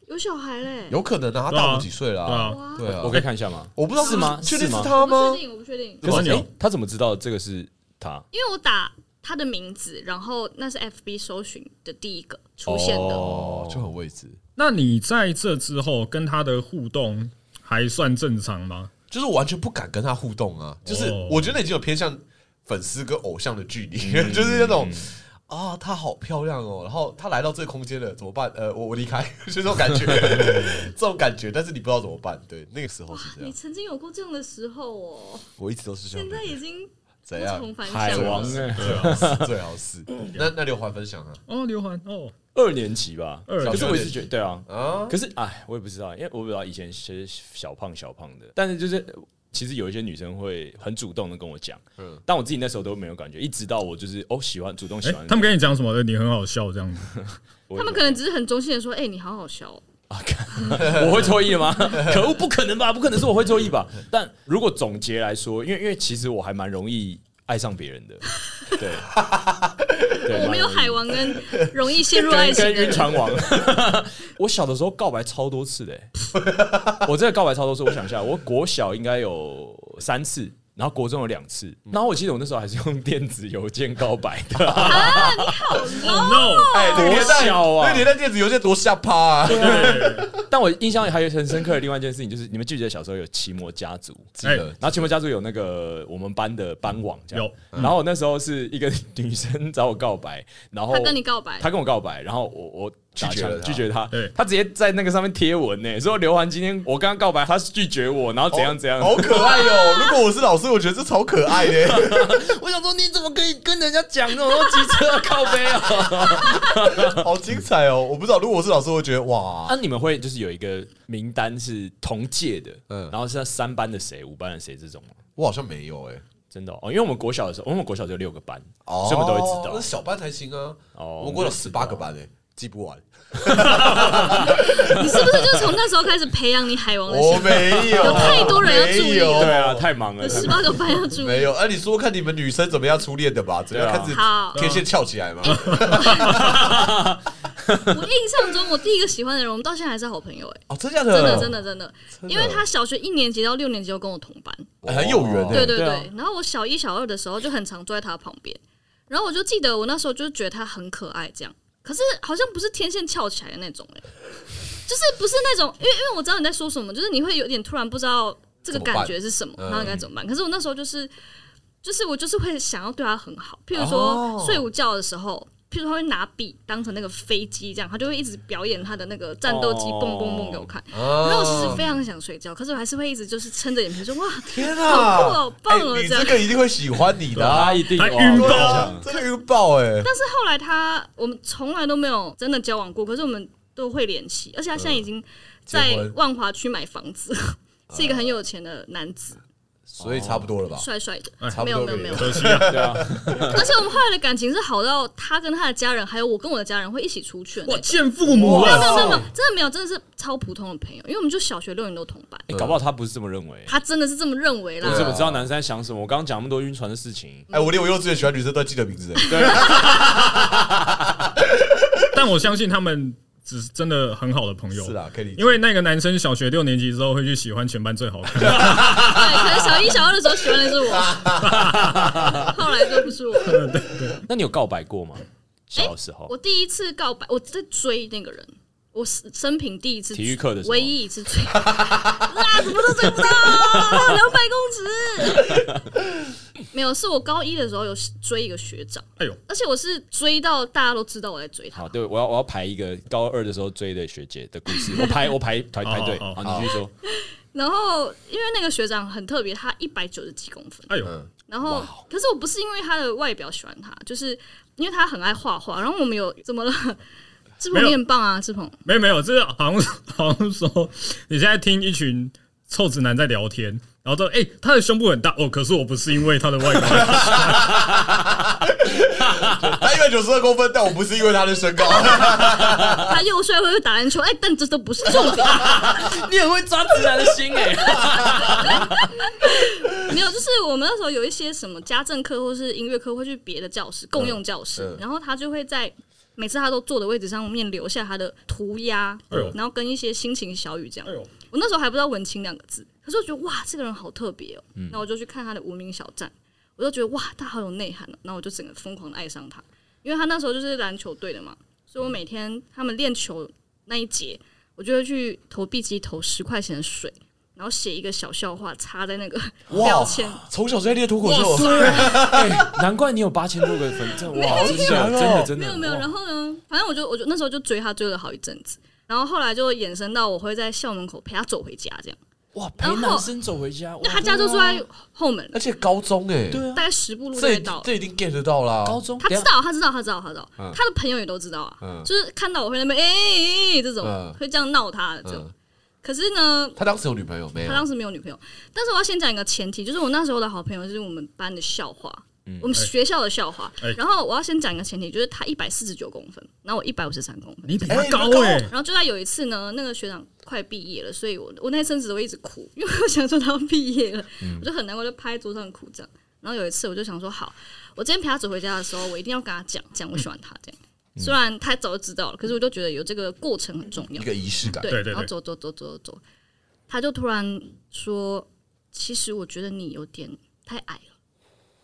[SPEAKER 5] 有小孩嘞、
[SPEAKER 3] 有可能啊，他大我们几岁
[SPEAKER 4] 对
[SPEAKER 3] 啦。
[SPEAKER 4] 啊，
[SPEAKER 5] 哇，
[SPEAKER 3] 对啊
[SPEAKER 6] 我，可以看一下吗？
[SPEAKER 3] 我不知道
[SPEAKER 6] 是吗
[SPEAKER 3] 确
[SPEAKER 6] 是
[SPEAKER 3] 定是
[SPEAKER 6] 吗
[SPEAKER 3] 他
[SPEAKER 5] 我不
[SPEAKER 3] 吗
[SPEAKER 5] 确？定，我不确定，
[SPEAKER 4] 可是
[SPEAKER 6] 哎、他怎么知道这个是他？
[SPEAKER 5] 因为我打她的名字，然后那是 FB 搜寻的第一个出现的。
[SPEAKER 3] 哦，就很未知。
[SPEAKER 4] 那你在这之后跟他的互动还算正常吗？
[SPEAKER 3] 就是我完全不敢跟他互动啊，就是
[SPEAKER 4] 哦
[SPEAKER 3] 我觉得已经有偏向粉丝跟偶像的距离，
[SPEAKER 6] 嗯
[SPEAKER 3] 就是那种啊，她好漂亮哦，然后她来到这个空间了，怎么办？呃，我我离开， 就这种感 觉，这种感觉，但是你不知道怎么办，对，啊那个时候
[SPEAKER 5] 哇
[SPEAKER 3] 是，这
[SPEAKER 5] 你
[SPEAKER 3] 样，
[SPEAKER 5] 曾经有过这样的时候哦，
[SPEAKER 3] 我一直都是这样
[SPEAKER 5] 现，在已经
[SPEAKER 3] 怎
[SPEAKER 5] 不
[SPEAKER 3] 样？
[SPEAKER 5] 同凡
[SPEAKER 6] 海
[SPEAKER 5] 响
[SPEAKER 6] 王
[SPEAKER 5] 了。
[SPEAKER 6] 哎、
[SPEAKER 3] 最 好是最好是，那那刘环分享啊，
[SPEAKER 4] 哦，刘环哦，
[SPEAKER 6] 二年级吧，
[SPEAKER 4] 二
[SPEAKER 6] 可是我一直
[SPEAKER 3] 小
[SPEAKER 6] 觉得对啊，
[SPEAKER 3] 啊，
[SPEAKER 6] 可是哎，我也不知道，因为我不知道以前是小胖小胖的，但是就是呃其实有一些女生会很主动的跟我讲，
[SPEAKER 3] 嗯
[SPEAKER 6] 但我自己那时候都没有感觉，一直到我就是哦喜欢主动喜
[SPEAKER 4] 哎、
[SPEAKER 6] 欢
[SPEAKER 4] 他们跟你讲什么的？你很好笑这样子，
[SPEAKER 6] 我
[SPEAKER 5] 他们可能只是很中性的说：“哎、你好好笑、哦。
[SPEAKER 6] 我会脱衣的吗？可恶，不可能吧？不可能是我会脱衣吧？但如果总结来说，因为因为其实我还蛮容易爱上别 人的，对，对
[SPEAKER 5] 我没
[SPEAKER 6] 蛮
[SPEAKER 5] 有
[SPEAKER 6] 容易
[SPEAKER 5] 海王跟容易陷入爱
[SPEAKER 6] 跟
[SPEAKER 5] 情
[SPEAKER 6] 跟
[SPEAKER 5] 的
[SPEAKER 6] 晕
[SPEAKER 5] 人，
[SPEAKER 6] 船王， 我小的时候告白超多次 的、欸，我真的告白超多次。我想一下，我国小应该有三次，然后国中有两次，然后我记得我那时候还是用电子邮件告白的，
[SPEAKER 4] Oh,
[SPEAKER 3] 哎，那个年
[SPEAKER 6] 多
[SPEAKER 3] 代，
[SPEAKER 6] 小啊
[SPEAKER 3] 那个年代电子邮件多下趴啊，
[SPEAKER 6] 但我印象还有很深刻的另外一件事情，就是你们记不记得小时候有奇摩家族？
[SPEAKER 3] 记得
[SPEAKER 6] 然后奇摩家族有那个我们班的班网这样
[SPEAKER 4] 有，
[SPEAKER 6] 然后那时候是一个女生找我告白，然后
[SPEAKER 5] 他跟你告白，
[SPEAKER 6] 她跟我告白，然后我我打
[SPEAKER 3] 拒绝了
[SPEAKER 6] 枪
[SPEAKER 3] 她
[SPEAKER 6] 拒绝她
[SPEAKER 4] 对，
[SPEAKER 6] 她直接在那个上面贴文呢，说刘涵今天我刚刚告白，她是拒绝我，然后怎样怎样，
[SPEAKER 3] 好可爱哦！如果我是老师，我觉得这超可爱的。
[SPEAKER 6] 我想说你怎么可以跟人家讲那种东西机车的靠背啊？
[SPEAKER 3] 好精彩哦！我不知道，如果我是老师，我会觉得哇
[SPEAKER 6] 啊，，你们会就是有一个名单是同届的，
[SPEAKER 3] 嗯
[SPEAKER 6] 然后是三班的谁，五班的谁这种吗？
[SPEAKER 3] 我好像没有哎、
[SPEAKER 6] 真的哦，哦因为我们国小的时候，因为我们国小就六个班，
[SPEAKER 3] 哦
[SPEAKER 6] 所以我们都会知
[SPEAKER 3] 那
[SPEAKER 6] 道。
[SPEAKER 3] 小班才行啊。
[SPEAKER 6] 哦
[SPEAKER 3] 我们国小十八个班哎、记不完。
[SPEAKER 5] 你是不是就是从那时候开始培养你海王的
[SPEAKER 3] 我
[SPEAKER 5] 心？
[SPEAKER 3] 没 有，
[SPEAKER 5] 有太多人要注意
[SPEAKER 3] 没
[SPEAKER 5] 了
[SPEAKER 3] 有
[SPEAKER 6] 对啊，太忙了，
[SPEAKER 5] 有
[SPEAKER 6] 太
[SPEAKER 5] 十
[SPEAKER 6] 忙
[SPEAKER 5] 八个班要注
[SPEAKER 3] 没
[SPEAKER 5] 意。
[SPEAKER 3] 有。哎、你说看你们女生怎么样初恋的吧？怎样
[SPEAKER 6] 对啊
[SPEAKER 3] 开始
[SPEAKER 5] 好
[SPEAKER 3] 天线翘 起来吗？
[SPEAKER 5] 我印象中，我第一个喜欢的人，我们到现在还是好朋友、哎，
[SPEAKER 3] 哦，真假
[SPEAKER 5] 真
[SPEAKER 3] 的
[SPEAKER 5] 的，真的，真的，
[SPEAKER 3] 真的
[SPEAKER 5] 因为他小学一年级到六年级都跟我同班，
[SPEAKER 3] 哎很有缘的。
[SPEAKER 5] 对
[SPEAKER 6] 对
[SPEAKER 5] 对对
[SPEAKER 6] 啊。
[SPEAKER 5] 然后我小一、小二的时候就很常坐在他旁边，然后我就记得我那时候就觉得他很可爱，这样。可是好像不是天线翘起来的那种、欸，就是不是那种，因为因为我知道你在说什么，就是你会有点突然不知道这
[SPEAKER 3] 怎
[SPEAKER 5] 个
[SPEAKER 3] 么办
[SPEAKER 5] 感觉是什么，
[SPEAKER 3] 嗯
[SPEAKER 5] 然后你该怎么办。可是我那时候就是，就是我就是会想要对他很好，譬如
[SPEAKER 3] 哦
[SPEAKER 5] 说睡午觉的时候。譬如他会拿笔当成那个飞机这样，他就会一直表演他的那个战斗机
[SPEAKER 6] 哦
[SPEAKER 5] 蹦蹦蹦给我看。
[SPEAKER 3] 啊
[SPEAKER 5] 然后我其实非常想睡觉，可是我还是会一直就是撑着眼皮说哇，
[SPEAKER 3] 天
[SPEAKER 5] 好酷
[SPEAKER 3] 啊，
[SPEAKER 5] 好棒哦
[SPEAKER 3] 哎你
[SPEAKER 5] 这样
[SPEAKER 3] 这个一定会喜欢你 的啊！
[SPEAKER 6] 一定
[SPEAKER 4] 还
[SPEAKER 6] 哇
[SPEAKER 4] 晕
[SPEAKER 3] 对
[SPEAKER 4] 爆
[SPEAKER 3] 啊，真的晕爆哎、
[SPEAKER 5] 但是后来他，我们从来都没有真的交往过，可是我们都会联系，而且他现在已经
[SPEAKER 3] 结
[SPEAKER 5] 在
[SPEAKER 3] 婚
[SPEAKER 5] 万华区买房子，是一个很有钱的男子，
[SPEAKER 3] 所以差不多了吧？
[SPEAKER 5] 帅帅的
[SPEAKER 4] 哎。
[SPEAKER 3] 差不
[SPEAKER 5] 没有
[SPEAKER 3] 多可
[SPEAKER 5] 没
[SPEAKER 3] 以
[SPEAKER 5] 有没有
[SPEAKER 3] 了，
[SPEAKER 4] 可惜啊，
[SPEAKER 6] 对啊，
[SPEAKER 5] 而且我们后来的感情是好到他跟他的家人，还有我跟我的家人会一起出去的那
[SPEAKER 4] 我
[SPEAKER 5] 种。
[SPEAKER 4] 见父母
[SPEAKER 5] 没有
[SPEAKER 4] 了，
[SPEAKER 5] 没有没有没有，真的没有，真的是超普通的朋友，因为我们就小学六年都同班，
[SPEAKER 6] 哎搞不好他不是这么认为。
[SPEAKER 5] 他真的是这么认为啦
[SPEAKER 6] 我。怎么知道男生在想什么？我刚刚讲那么多晕船的事情，
[SPEAKER 3] 哎、我连我幼稚园喜欢女生都记得名字、哎
[SPEAKER 4] 但我相信他们只是真的很好的朋友。
[SPEAKER 3] 是啊，可以理解。
[SPEAKER 4] 因为那个男生小学六年级之后会去喜欢全班最好看的，
[SPEAKER 5] 对，可能小一小二的时候喜欢的是我，后来就不是我。
[SPEAKER 6] 那你有告白过吗？小时候
[SPEAKER 5] 哎我第一次告白，我在追那个人，我生生平第一次
[SPEAKER 6] 体育课的时候
[SPEAKER 5] 唯一一次追， 啊，怎么都追不到，两百公尺。没有，是我高一的时候有追一个学长，
[SPEAKER 4] 哎呦，
[SPEAKER 5] 而且我是追到大家都知道我在追他
[SPEAKER 6] 好，。对我要我要排一个高二的时候追的学姐的故事，我排我排排排队，
[SPEAKER 4] 好好
[SPEAKER 6] 好，你继续说。
[SPEAKER 5] 然后因为那个学长很特别，他一百九十几公分，
[SPEAKER 4] 哎呦，
[SPEAKER 5] 然后可是我不是因为他的外表喜欢他，就是因为他很爱画画。然后我们有怎么了？ 志鹏
[SPEAKER 4] 没有
[SPEAKER 5] 你很棒啊，志鹏，
[SPEAKER 4] 没有没有，这是好像是好像说你现在听一群臭直男在聊天，然后说哎、欸他的胸部很大哦，可是我不是因为他的外观，
[SPEAKER 3] 他一百九十二公分，但我不是因为他的身 高。
[SPEAKER 5] 他又帅又会打篮球，哎，但这都不是重点，
[SPEAKER 2] 你很会抓直男的心
[SPEAKER 6] 欸
[SPEAKER 2] 哎、
[SPEAKER 5] 没有，就是我们那时候有一些什么家政课或是音乐课会去别的教室共用教室，
[SPEAKER 3] 嗯
[SPEAKER 5] 然后他就会在每次他都坐的位置上面留下他的涂鸦，
[SPEAKER 4] 哎呦
[SPEAKER 5] 然后跟一些心情小语这样。
[SPEAKER 4] 哎呦
[SPEAKER 5] 我那时候还不知道“文青”两个字，可是我觉得哇，这个人好特别哦、
[SPEAKER 4] 嗯
[SPEAKER 5] 然后我就去看他的无名小站，我就觉得哇，他好有内涵哦、然后我就整个疯狂的爱上他，因为他那时候就是篮球队的嘛，所以我每天他们练球那一节，我就会去投币机投十块钱的水。然后写一个小笑话，插在那个标签，
[SPEAKER 6] 从小就在练脱口秀，哎难怪你有八千多个粉丝，哇，真
[SPEAKER 3] 强
[SPEAKER 6] 的
[SPEAKER 3] 哦
[SPEAKER 6] 真的真的，
[SPEAKER 5] 没有没有，
[SPEAKER 6] 哇
[SPEAKER 5] 然后呢，反正我就我就那时候就追他追了好一阵子，然后后来就衍生到我会在校门口陪他走回家这样，
[SPEAKER 6] 哇，陪
[SPEAKER 5] 然后
[SPEAKER 6] 男生走回家，
[SPEAKER 5] 因为他
[SPEAKER 6] 哇
[SPEAKER 5] 家就住在后门，
[SPEAKER 3] 而且高中哎，
[SPEAKER 6] 对啊，
[SPEAKER 5] 大概十步路就
[SPEAKER 3] 这
[SPEAKER 5] 会
[SPEAKER 3] 一
[SPEAKER 5] 到了。
[SPEAKER 3] 这一定 get 得到啦。
[SPEAKER 6] 高中
[SPEAKER 5] 他知道，他知道，他知道，他知道，
[SPEAKER 3] 嗯
[SPEAKER 5] 他的朋友也都知道啊，
[SPEAKER 3] 嗯
[SPEAKER 5] 就是看到我会那边哎、哎哎这种，
[SPEAKER 3] 嗯
[SPEAKER 5] 会这样闹他的这种。
[SPEAKER 3] 嗯，啊
[SPEAKER 5] 可是呢，
[SPEAKER 3] 他当时有女朋友没有
[SPEAKER 5] 他？当时没有女朋友，但是我要先讲一个前提，就是我那时候的好朋友就是我们班的校花，
[SPEAKER 3] 嗯
[SPEAKER 5] 我们学校的校花。
[SPEAKER 4] 哎
[SPEAKER 5] 然后我要先讲一个前提，就是他一百四十九公分，然后我一百五十三公分。
[SPEAKER 4] 你比他高哎、
[SPEAKER 5] 然后就在有一次呢，那个学长快毕业了，所以我我那一阵子我一直哭，因为我想说他要毕业了，我就很难过，就趴在桌上哭这样。啊然后有一次我就想说，好，我今天陪他走回家的时候，我一定要跟他讲，讲我喜欢他这样。虽然他早就知道了，可是我就觉得有这个过程很重要
[SPEAKER 3] 一。个仪式感，
[SPEAKER 5] 对，
[SPEAKER 4] 对对
[SPEAKER 5] 然后
[SPEAKER 4] 对
[SPEAKER 5] 走走走走走，他就突然说：“其实我觉得你有点太矮了。”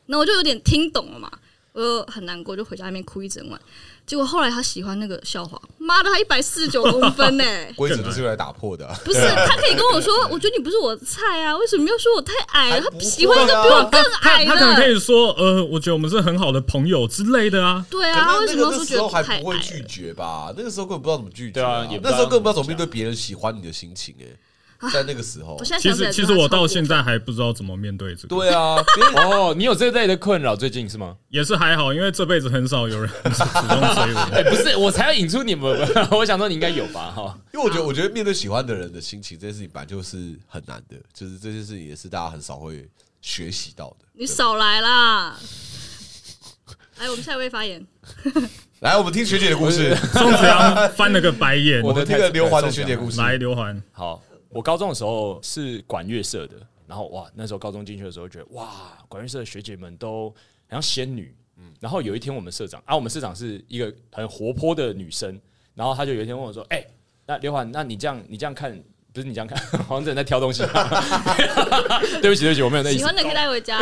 [SPEAKER 5] 那我就有点听懂了嘛，我就很难过，就回家那边哭一整晚。结果后来他喜欢那个校花，妈的，他一百四十九公分呢、
[SPEAKER 4] 啊
[SPEAKER 3] 规则就是用来打破的啊。
[SPEAKER 5] 不是，他可以跟我说，我觉得你不是我的菜啊，为什么要说我太矮了？
[SPEAKER 3] 还不
[SPEAKER 5] 他喜欢一个比我更
[SPEAKER 4] 他
[SPEAKER 5] 矮
[SPEAKER 4] 啊他可能可
[SPEAKER 5] 的，
[SPEAKER 4] 以说呃，我觉得我们是很好的朋友之类的啊，
[SPEAKER 5] 对啊，
[SPEAKER 3] 可
[SPEAKER 5] 他为
[SPEAKER 3] 是
[SPEAKER 5] 什
[SPEAKER 3] 那
[SPEAKER 5] 么
[SPEAKER 3] 个
[SPEAKER 5] 说
[SPEAKER 3] 那
[SPEAKER 5] 觉
[SPEAKER 3] 时
[SPEAKER 5] 得
[SPEAKER 3] 候
[SPEAKER 5] 我
[SPEAKER 3] 还
[SPEAKER 5] 太矮
[SPEAKER 3] 不会拒
[SPEAKER 4] 哦
[SPEAKER 5] 了？
[SPEAKER 3] 绝吧？那个时候根本不知道怎么拒绝、
[SPEAKER 6] 对啊也不知
[SPEAKER 3] 那
[SPEAKER 6] 道
[SPEAKER 3] 时候根本不知道怎么面对别人喜欢你的心情、哎，在那个时候
[SPEAKER 5] 啊我，现在
[SPEAKER 4] 其
[SPEAKER 5] 想起
[SPEAKER 4] 实
[SPEAKER 5] 来
[SPEAKER 4] 其
[SPEAKER 5] 觉得他超过分，
[SPEAKER 4] 实我到现在还不知道怎么面对这个，
[SPEAKER 3] 对啊，别 人
[SPEAKER 6] 哦，你有这类的困扰最近是吗？
[SPEAKER 4] 也是还好，因为这辈子很少有人 主动追
[SPEAKER 6] 哎，
[SPEAKER 4] 我。
[SPEAKER 6] 不是，我才要引出你们， 我想说你应该有吧，哈，
[SPEAKER 3] 因为我觉得，我觉得面对喜欢的人的心情这件事情，本来就是很难的，就是这件事情也是大家很少会学习到的。
[SPEAKER 5] 你
[SPEAKER 3] 对吧
[SPEAKER 5] 少来啦！来，我们下一位发言。
[SPEAKER 3] 来，我们听学姐的故事，
[SPEAKER 4] 宋子阳翻了个白眼，
[SPEAKER 3] 我们听个刘环的学姐
[SPEAKER 6] 我的太
[SPEAKER 3] 故事。
[SPEAKER 4] 来刘环，
[SPEAKER 6] 好，我高中的时候是管乐社的，然后哇，那时候高中进去的时候觉得哇，管乐社的学姐们都很像仙女。然后有一天我们社长啊，我们社长是一个很活泼的女生，然后她就有一天问我说：“哎、那刘环，那你这样你这样看，不是你这样看， 黄正在挑东西。 对不起对不起，我没有那意
[SPEAKER 5] 喜
[SPEAKER 6] 思。
[SPEAKER 5] 欢的可以带回家。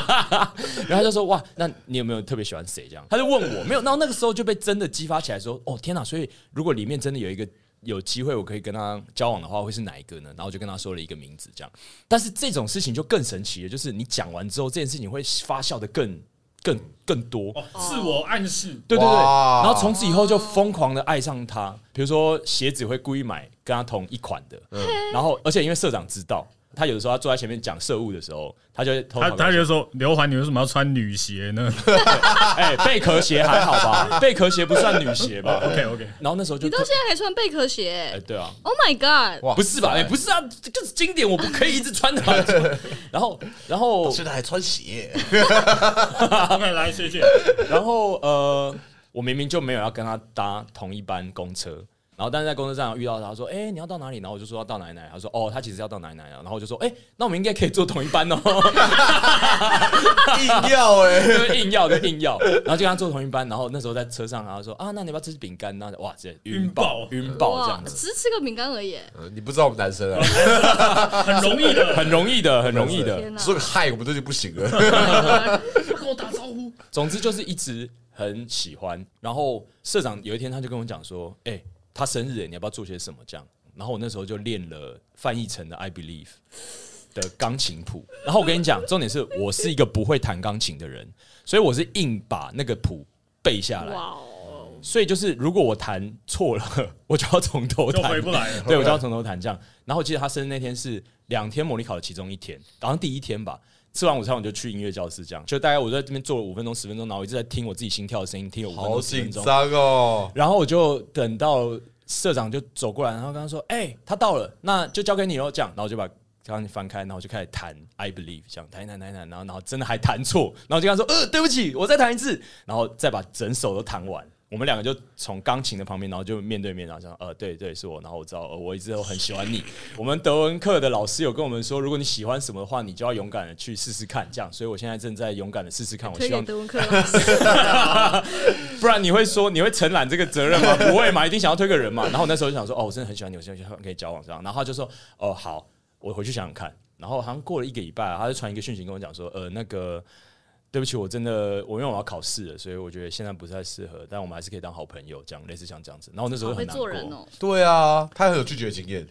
[SPEAKER 6] 然后他就说：“哇，那你有没有特别喜欢谁？”这样，他就问我，没有。然后那个时候就被真的激发起来，说：“哦，天哪！所以如果里面真的有一个有机会，我可以跟他交往的话，会是哪一个呢？”然后我就跟他说了一个名字，这样。但是这种事情就更神奇了，就是你讲完之后，这件事情会发酵的更、更、更多。
[SPEAKER 4] 哦自我暗示，
[SPEAKER 6] 对对对，
[SPEAKER 3] 哇
[SPEAKER 6] 然后从此以后就疯狂的爱上他。比如说鞋子会故意买跟他同一款的，
[SPEAKER 4] 嗯
[SPEAKER 6] 然后而且因为社长知道，他有的时候他坐在前面讲社务的时候，他就会偷
[SPEAKER 4] 他
[SPEAKER 6] 跑过
[SPEAKER 4] 他
[SPEAKER 6] 去
[SPEAKER 4] 就说刘环，你为什么要穿女鞋呢
[SPEAKER 6] 哎，贝壳鞋还好吧？贝壳鞋不算女鞋吧？
[SPEAKER 4] ？OK OK，
[SPEAKER 6] 然后那时候就
[SPEAKER 5] 你到现在还穿贝壳鞋、
[SPEAKER 6] 哎，对啊，
[SPEAKER 5] o h my god！
[SPEAKER 3] 哇
[SPEAKER 6] 不是吧？哎，不是啊，更经典，我不可以一直穿它。 然后，然后，
[SPEAKER 3] 现在还穿鞋，欸
[SPEAKER 4] OK，来学姐，
[SPEAKER 6] 然后，呃，我明明就没有要跟他搭同一班公车，然后但是在公车站遇到他，他说：“哎，你要到哪里？”然后我就说要到哪里哪里。他说：“哦，他其实要到哪里哪里。”然后我就说：“哎，那我们应该可以坐同一班哦。”
[SPEAKER 3] 硬要哎、
[SPEAKER 6] 就是硬要就硬要，然后就跟他坐同一班。然后那时候在车上，然后说：“啊，那你要不要吃饼干？”那哇，直接晕爆晕爆这样子。
[SPEAKER 5] 只是吃个饼干而已。
[SPEAKER 3] 呃你不知道我们男生啊，
[SPEAKER 4] 很容易的，
[SPEAKER 6] 很容易的，很容易的。
[SPEAKER 5] 天哪！
[SPEAKER 3] 说个嗨，我们这就不行了。
[SPEAKER 6] 总之就是一直很喜欢。然后社长有一天他就跟我讲说：“哎、他生日耶，你要不要做些什么？”这样。然后我那时候就练了范逸臣的《I Believe》的钢琴谱。然后我跟你讲，重点是我是一个不会弹钢琴的人，所以我是硬把那个谱背下来
[SPEAKER 5] 哇。哦！
[SPEAKER 6] 所以就是如果我弹错了，我就要从头
[SPEAKER 4] 就
[SPEAKER 6] 弹，
[SPEAKER 4] 回不来了。
[SPEAKER 6] 对，我就要从头弹这样。然后我记得他生日那天是两天模拟考的其中一天，好像第一天吧。吃完午餐我就去音乐教室，这样就大概我在这边坐了五分钟十分钟，然后我一直在听我自己心跳的声音，听了五分
[SPEAKER 3] 好
[SPEAKER 6] 钟十
[SPEAKER 3] 紧
[SPEAKER 6] 分钟，
[SPEAKER 3] 张哦。
[SPEAKER 6] 然后我就等到社长就走过来，然后跟他说：“哎、他到了，那就交给你喽。”这样，然后我就把钢琴翻开，然后我就开始弹《I Believe》，这样弹一弹弹一弹，然后然后真的还弹错，然后就跟他说：“呃，对不起，我再弹一次。”然后再把整首都弹完。我们两个就从钢琴的旁边，然后就面对面，然后讲：“呃，对对，是我。”然后我知道，呃，我一直都很喜欢你。我们德文课的老师有跟我们说，如果你喜欢什么的话，你就要勇敢的去试试看。这样，所以我现在正在勇敢的试试看。我
[SPEAKER 5] 推
[SPEAKER 6] 希
[SPEAKER 5] 给
[SPEAKER 6] 望
[SPEAKER 5] 德文 克老师，
[SPEAKER 6] 不然你会说你会承揽这个责任吗？ 不会嘛，一定想要推个人嘛。然后我那时候就想说，哦，我真的很喜欢你，我现在可以交往这样。然后他就说，哦，好，我回去想想看。然后好像过了一个礼拜，他就传一个讯息跟我讲说，呃，那个对不起，我真的我因为我要考试了，所以我觉得现在不太适合，但我们还是可以当好朋友，这样类似像这样子。然后我那时候
[SPEAKER 5] 好
[SPEAKER 6] 就
[SPEAKER 5] 会
[SPEAKER 6] 很难
[SPEAKER 5] 做
[SPEAKER 6] 过，
[SPEAKER 5] 人哦。
[SPEAKER 3] 对啊，他很有拒绝经验。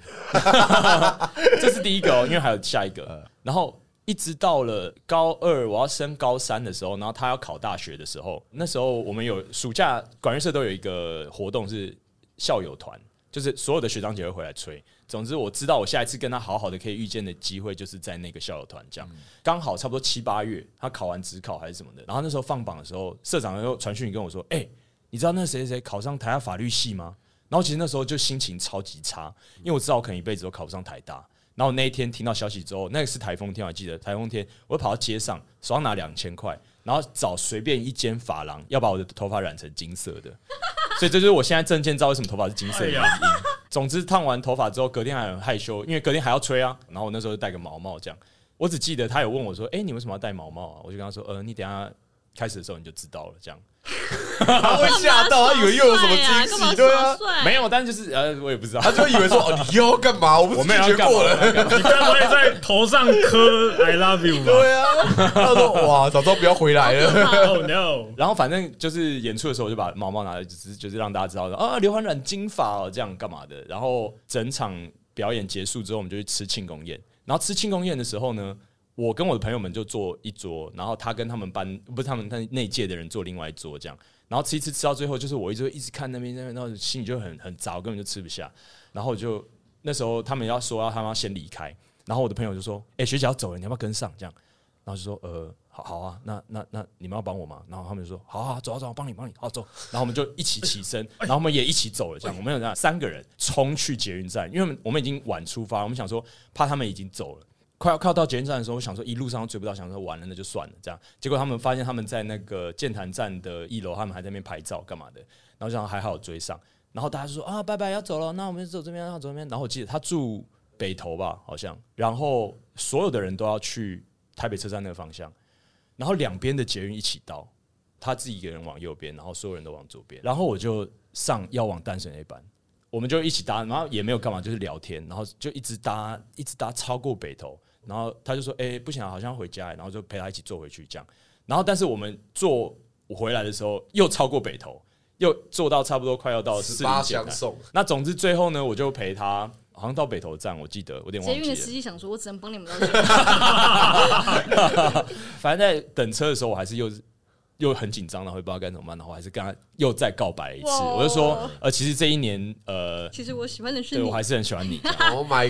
[SPEAKER 6] 这是第一个哦，因为还有下一个。然后一直到了高二，我要升高三的时候，然后他要考大学的时候，那时候我们有暑假管乐社都有一个活动是校友团，就是所有的学长姐会回来吹。总之，我知道我下一次跟他好好的可以遇见的机会，就是在那个校友团这样。刚好差不多七八月，他考完职考还是什么的，然后那时候放榜的时候，社长又传讯跟我说：“哎、你知道那谁谁谁考上台大法律系吗？”然后其实那时候就心情超级差，因为我知道我可能一辈子都考不上台大。然后那一天听到消息之后，那个是台风天，我还记得台风天，我就跑到街上，手上拿两千块，然后找随便一间发廊，要把我的头发染成金色的。所以这就是我现在证件照为什么头发是金色的原因。总之烫完头发之后，隔天还很害羞，因为隔天还要吹啊。然后我那时候就戴个毛帽这样。我只记得他有问我说：“哎、你为什么要戴毛帽啊？”我就跟他说：“呃，你等一下开始的时候你就知道了。”这样
[SPEAKER 3] 他会吓到，
[SPEAKER 6] 啊
[SPEAKER 3] 他以为又有什么惊喜，对啊，
[SPEAKER 6] 没 有，但是就是呃，我也不知道。
[SPEAKER 3] 他就以为说哦，你又要干嘛？我不
[SPEAKER 6] 我
[SPEAKER 3] 是
[SPEAKER 6] 没有
[SPEAKER 3] 拒
[SPEAKER 6] 要
[SPEAKER 3] 绝
[SPEAKER 6] 干嘛
[SPEAKER 3] 过了。
[SPEAKER 6] 我没有要干嘛
[SPEAKER 4] 你该不会在头上刻 I love you 吧
[SPEAKER 3] 对啊，他说哇，早知道不要回来
[SPEAKER 5] 啊
[SPEAKER 3] 了。
[SPEAKER 4] ？Oh no！
[SPEAKER 6] 然后反正就是演出的时候，我就把毛毛拿来，就是就是让大家知道说啊，刘欢染金发哦，这样干嘛的。然后整场表演结束之后，我们就去吃庆功宴。然后吃庆功宴的时候呢，我跟我的朋友们就坐一桌，然后他跟他们班不是他们那那一届的人坐另外一桌这样。然后吃一吃吃到最后，就是我一直会一直看那边那边，然后心里就很很杂，我根本就吃不下。然后我就那时候他们要说要他们要先离开，然后我的朋友就说：“哎、学姐要走了，你要不要跟上？”这样，然后就说：“呃，好好啊，那那那你们要帮我吗？”然后他们就说：“好啊，走啊走啊，帮你帮你，好走。”然后我们就一起起身，然后我们也一起走了，这样我们有这样三个人冲去捷运站，因为我们我们已经晚出发，我们想说怕他们已经走了。快要靠到捷运站的时候，我想说一路上都追不到，想说完了那就算了这样。结果他们发现他们在那个剑潭站的一楼，他们还在那边拍照干嘛的，然后就想还好有追上。然后大家就说啊，拜拜，要走了，那我们就走这边，要走这边。然后我记得他住北投吧，好像，然后所有的人都要去台北车站那个方向，然后两边的捷运一起到，他自己一个人往右边，然后所有人都往左边，然后我就上要往淡水那班，我们就一起搭，然后也没有干嘛，就是聊天，然后就一直搭，一直搭超过北投，然后他就说，哎、不行啊，好像要回家，然后就陪他一起坐回去这样，然后但是我们坐我回来的时候又超过北投。又坐到差不多快要到
[SPEAKER 3] 十
[SPEAKER 6] 四
[SPEAKER 3] 八
[SPEAKER 6] 零点
[SPEAKER 3] 相送，
[SPEAKER 6] 那总之最后呢，我就陪他，好像到北投站，我记得我有点
[SPEAKER 5] 捷
[SPEAKER 6] 忘
[SPEAKER 5] 运的
[SPEAKER 6] 记
[SPEAKER 5] 司
[SPEAKER 6] 了。
[SPEAKER 5] 机想说，我只能帮你们到这里。
[SPEAKER 6] 反正在等车的时候，我还是又又很紧张，然后也不知道该怎么办，然后还是跟他又再告白一次。
[SPEAKER 5] 哇哦
[SPEAKER 6] 我就说，呃，其实这一年，呃，
[SPEAKER 5] 其实我喜欢的是
[SPEAKER 6] 对
[SPEAKER 5] 你
[SPEAKER 6] 我，还是很喜欢 你，这样
[SPEAKER 3] Oh
[SPEAKER 6] 我
[SPEAKER 3] my
[SPEAKER 6] 还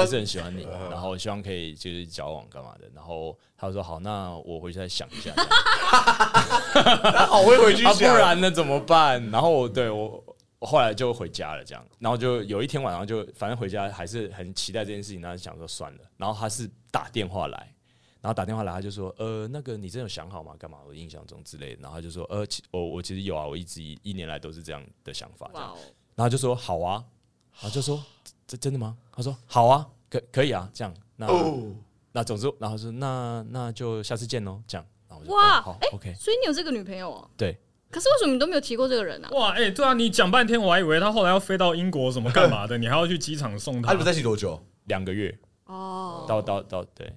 [SPEAKER 3] god！
[SPEAKER 6] 是很喜欢你，然后希望可以就是交往干嘛的。然后他说好，那我回去再想一下。这样
[SPEAKER 3] 他好会回去
[SPEAKER 6] 啊，
[SPEAKER 3] 想，
[SPEAKER 6] 不然呢怎么办？然后我对我。我后来就回家了，这样，然后就有一天晚上就，反正回家还是很期待这件事情，然后想说算了。然后他是打电话来，然后打电话来，他就说，呃，那个你真的有想好吗？干嘛？我印象中之类的。然后他就说，呃，其我我其实有啊，我一直一一年来都是这样的想法。这
[SPEAKER 5] 哇
[SPEAKER 6] 样
[SPEAKER 5] 哦，
[SPEAKER 6] 然后就说好啊，然后就说这真的吗？他说好啊，可可以啊，这样。那、那总之，然后说那那就下次见喽，这样。然后我就
[SPEAKER 5] 哇
[SPEAKER 6] 哦好、
[SPEAKER 5] 哎
[SPEAKER 6] o k
[SPEAKER 5] 所以你有这个女朋友哦？
[SPEAKER 6] 对。
[SPEAKER 5] 可是为什么你都没有提过这个人啊？
[SPEAKER 4] 哇，哎、对啊，你讲半天，我还以为他后来要飞到英国什么干嘛的，你还要去机场送
[SPEAKER 3] 他
[SPEAKER 4] 他
[SPEAKER 3] 啊你们。在一起多久？
[SPEAKER 6] 两个月。
[SPEAKER 5] 哦，
[SPEAKER 6] 到到到对。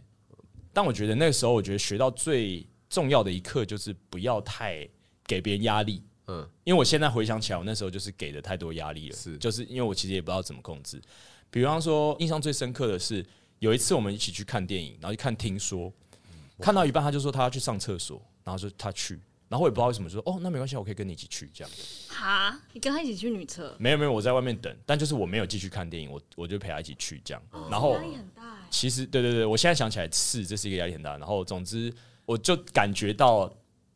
[SPEAKER 6] 但我觉得那个时候，我觉得学到最重要的一课就是不要太给别人压力。
[SPEAKER 3] 嗯
[SPEAKER 6] 嗯，因为我现在回想起来，我那时候就是给的太多压力了，
[SPEAKER 3] 是
[SPEAKER 6] 就是因为我其实也不知道怎么控制。比方说，印象最深刻的是有一次我们一起去看电影，然后去看《听说》，看到一半他就说他要去上厕所，然后就他去，然后我也不知道为什么就说哦，那没关系，我可以跟你一起去这样。
[SPEAKER 5] 哈，你跟他一起去女厕，
[SPEAKER 6] 没有没有，我在外面等，但就是我没有继续看电影，我我就陪他一起去这样。
[SPEAKER 5] 哦
[SPEAKER 6] 然后
[SPEAKER 5] 压力很大哎。
[SPEAKER 6] 其实对对对，我现在想起来是这是一个压力很大。然后总之我就感觉到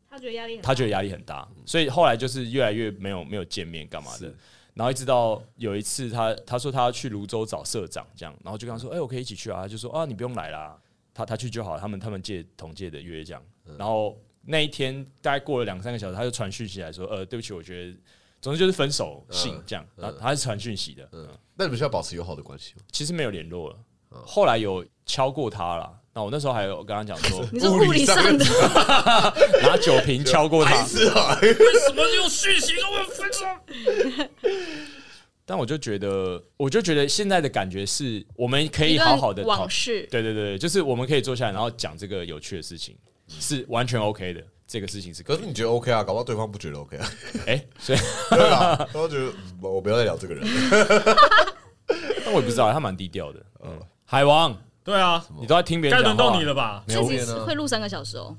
[SPEAKER 5] 他觉得压力很大，
[SPEAKER 6] 他觉得压力很大，
[SPEAKER 3] 嗯
[SPEAKER 6] 所以后来就是越来越没有没有见面干嘛的。然后一直到有一次他，他说他要去泸州找社长，这样，然后就跟他说：“哎、我可以一起去啊。”他就说：“啊，你不用来啦，他他去就好。”他们他们借同届的约这样。
[SPEAKER 3] 嗯
[SPEAKER 6] 然后那一天大概过了两三个小时，他就传讯息来说：“呃，对不起，我觉得，总之就是分手信
[SPEAKER 3] 嗯
[SPEAKER 6] 这样。”然后他是传讯息的，嗯，
[SPEAKER 3] 那你们需要保持友好的关系吗？
[SPEAKER 6] 其实没有联络了。
[SPEAKER 3] 嗯
[SPEAKER 6] 后来有敲过他啦，那我那时候还有跟他讲 说
[SPEAKER 5] 你是物理上的，
[SPEAKER 6] 拿酒瓶敲过 他，
[SPEAKER 3] 是啊，
[SPEAKER 4] 为什么用讯息跟我分手？
[SPEAKER 6] 但我就觉得，我就觉得现在的感觉是，我们可
[SPEAKER 5] 一
[SPEAKER 6] 以
[SPEAKER 5] 段
[SPEAKER 6] 好好的讨
[SPEAKER 5] 往，事，
[SPEAKER 6] 对对对，就是我们可以坐下来，然后讲这个有趣的事情，是完全 OK 的。这个事情是可
[SPEAKER 3] 可
[SPEAKER 6] 以
[SPEAKER 3] 是你觉得 OK 啊？搞不好对方不觉得 OK 啊？
[SPEAKER 6] 哎、所以
[SPEAKER 3] 对啊，对方觉得嗯我不要再聊这个人了。
[SPEAKER 6] 但我也不知道，他蛮低调的。嗯，海王，
[SPEAKER 4] 对啊，
[SPEAKER 6] 你都在听别
[SPEAKER 4] 该
[SPEAKER 6] 人
[SPEAKER 4] 轮
[SPEAKER 6] 讲话
[SPEAKER 4] 到你了吧？
[SPEAKER 5] 自己
[SPEAKER 3] 呢
[SPEAKER 5] 会录三个小时哦。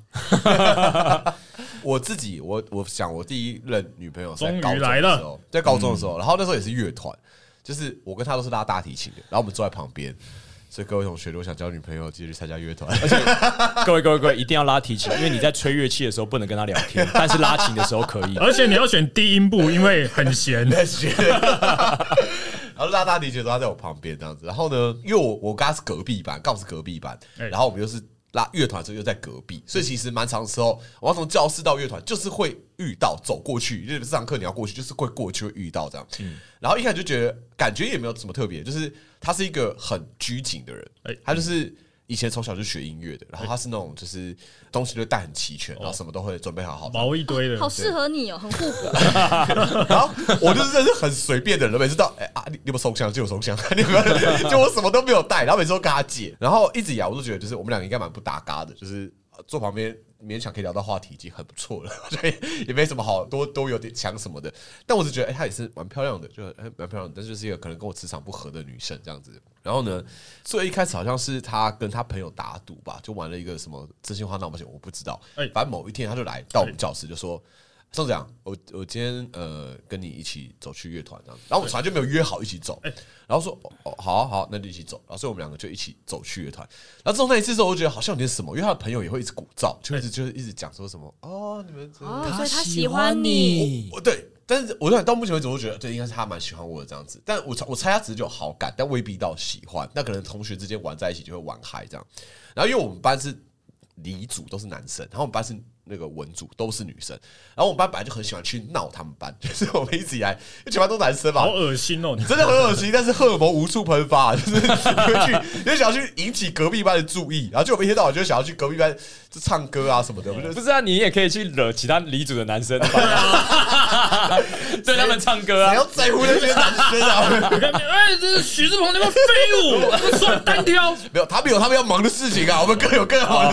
[SPEAKER 3] 我自己，我我想我第一任女朋友是在
[SPEAKER 4] 终于
[SPEAKER 3] 高中
[SPEAKER 4] 来
[SPEAKER 3] 的
[SPEAKER 4] 了嗯
[SPEAKER 3] 时候，在高中的时候，然后那时候也是乐团，就是我跟她都是拉大提琴的，然后我们坐在旁边。所以各位同学，如果想交女朋友，记得去参加乐 团。
[SPEAKER 6] 各位各位各位，一定要拉提琴，因为你在吹乐器的时候不能跟他聊天，但是拉琴的时候可以。
[SPEAKER 4] 而且你要选低音部，因为很咸。
[SPEAKER 3] 在学。然后拉大提琴的时候，他在我旁边这样子。然后呢，因为我我跟他是隔壁班，刚好是隔壁班，
[SPEAKER 4] 哎
[SPEAKER 3] 然后我们又是拉乐团的时候又在隔壁，所以其实蛮长的时候，我要从教室到乐团就是会遇到走过去，就是上课你要过去，就是会过去会遇到这样。然后一开始就觉得感觉也没有什么特别，就是他是一个很拘谨的人，
[SPEAKER 4] 哎
[SPEAKER 3] 他就是。以前从小就学音乐的，然后他是那种就是东西都带很齐全，然后什么都会准备好好的。
[SPEAKER 4] 毛一堆的
[SPEAKER 5] 好，适合你哦，很互补。
[SPEAKER 3] 然后我就是真的是很随便的人，每次到哎、啊，你你有没有收箱？就有收箱， 你有没有？就我什么都没有带，然后每次都跟他借，然后一直以来我都觉得就是我们两个应该蛮不搭嘎的，就是呃坐旁边。勉强可以聊到话题已经很不错了， 所以也没什么好多都有点强什么的。但我只觉得，哎、她也是蛮漂亮的，就哎蛮、漂亮的，但是就是一个可能跟我磁场不合的女生这样子。然后呢，最一开始好像是她跟她朋友打赌吧，就玩了一个什么真心话大冒险，我不知道。
[SPEAKER 4] 哎
[SPEAKER 3] 反正某一天她就来到我们教室，就说：“宋子阳，我我今天呃跟你一起走去乐团这样子，然后我们从来就没有约好一起走，然后说哦哦好啊好啊那就一起走，然后所以我们两个就一起走去乐团。然后自从那一次之后，我就觉得好像有点什么，因为他的朋友也会一直鼓噪，就一直就是一直讲说什么哦你们这
[SPEAKER 5] 哦，所以他喜欢你，
[SPEAKER 3] 我对，但是我想到目前为止，我觉得对，应该是他蛮喜欢我的这样子。但我猜我猜他只是有好感，但未必到喜欢。那可能同学之间玩在一起就会玩嗨这样。然后因为我们班是理组都是男生，然后我们班是那个文组都是女生，然后我们班本来就很喜欢去闹他们班， 就是我们一直以来，因为全班都男生嘛，
[SPEAKER 4] 好恶 心哦！你
[SPEAKER 3] 真的很恶心，但是荷尔蒙无处喷发，就是你会去，你会想要去引起隔壁班的注意，然后就我们一天到晚就想要去隔壁班就唱歌啊什么的，我们就
[SPEAKER 6] 不是啊，你也可以去惹其他离组的男生，对他们唱歌
[SPEAKER 3] 还
[SPEAKER 6] 啊。
[SPEAKER 3] 要在乎那些男生啊？
[SPEAKER 4] 哎，这是许志鹏那边飞舞，不算单挑。
[SPEAKER 3] 没有，他们有他们要忙的事 情啊，我们更有更好的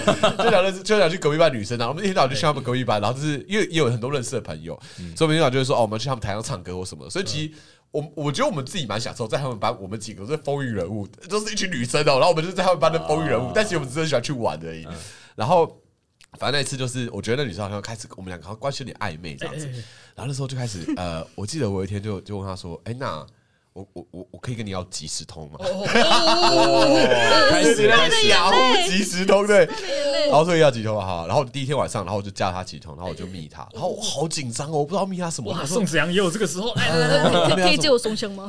[SPEAKER 3] 事情。就想认识，就想去隔壁班女生啊，我们一天到晚就去他们隔壁班，然后就是因为也有很多认识的朋友，所以我们一天到晚就会说哦，我们去他们台上唱歌或什么的，所以其实。我我觉得我们自己蛮享受在他们班，我们几个都是风云人物，都是一群女生哦、然后我们就是在他们班的风云人物，但其实我们只是喜欢去玩而已。然后反正那一次就是，我觉得那女生好像开始我们两个好像关系有点暧昧这样子。然后那时候就开始，呃，我记得我有一天就就问她说：“哎、那我我我我可以跟你要即时通 吗？”
[SPEAKER 6] 哦
[SPEAKER 3] 开始在雅虎即时通对，然后所以要即时通好。然后第一天晚上，然后我就加她即时通，然后我就密她，然后我好紧张哦，我不知道密她什么。
[SPEAKER 4] 哇，
[SPEAKER 3] 我
[SPEAKER 4] 宋
[SPEAKER 3] 说
[SPEAKER 4] 子阳也有这个时候， 哎，
[SPEAKER 5] 可以可以借我松香吗？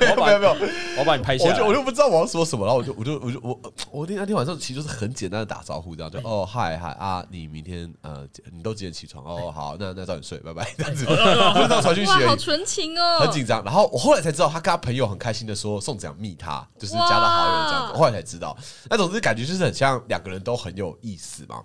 [SPEAKER 6] 没
[SPEAKER 3] 没有没有，
[SPEAKER 6] 我把你拍下
[SPEAKER 3] 我
[SPEAKER 6] 来
[SPEAKER 3] 就。我就不知道我要说什么，然后我就我就我就我我那那天晚上其实就是很简单的打招呼，这样就哦嗨嗨啊，你明天呃你都几点起床？哦好，那那早点睡，拜拜，这样子， 就这样传讯息
[SPEAKER 5] 哇，
[SPEAKER 3] 而
[SPEAKER 5] 好
[SPEAKER 3] 已。
[SPEAKER 5] 纯情哦，
[SPEAKER 3] 很紧张，然后我后来才知道，他跟他朋友很开心的说宋子阳密他，就是加到好友这样子。
[SPEAKER 5] 哇
[SPEAKER 3] 我后来才知道，那总之感觉就是很像两个人都很有意思嘛。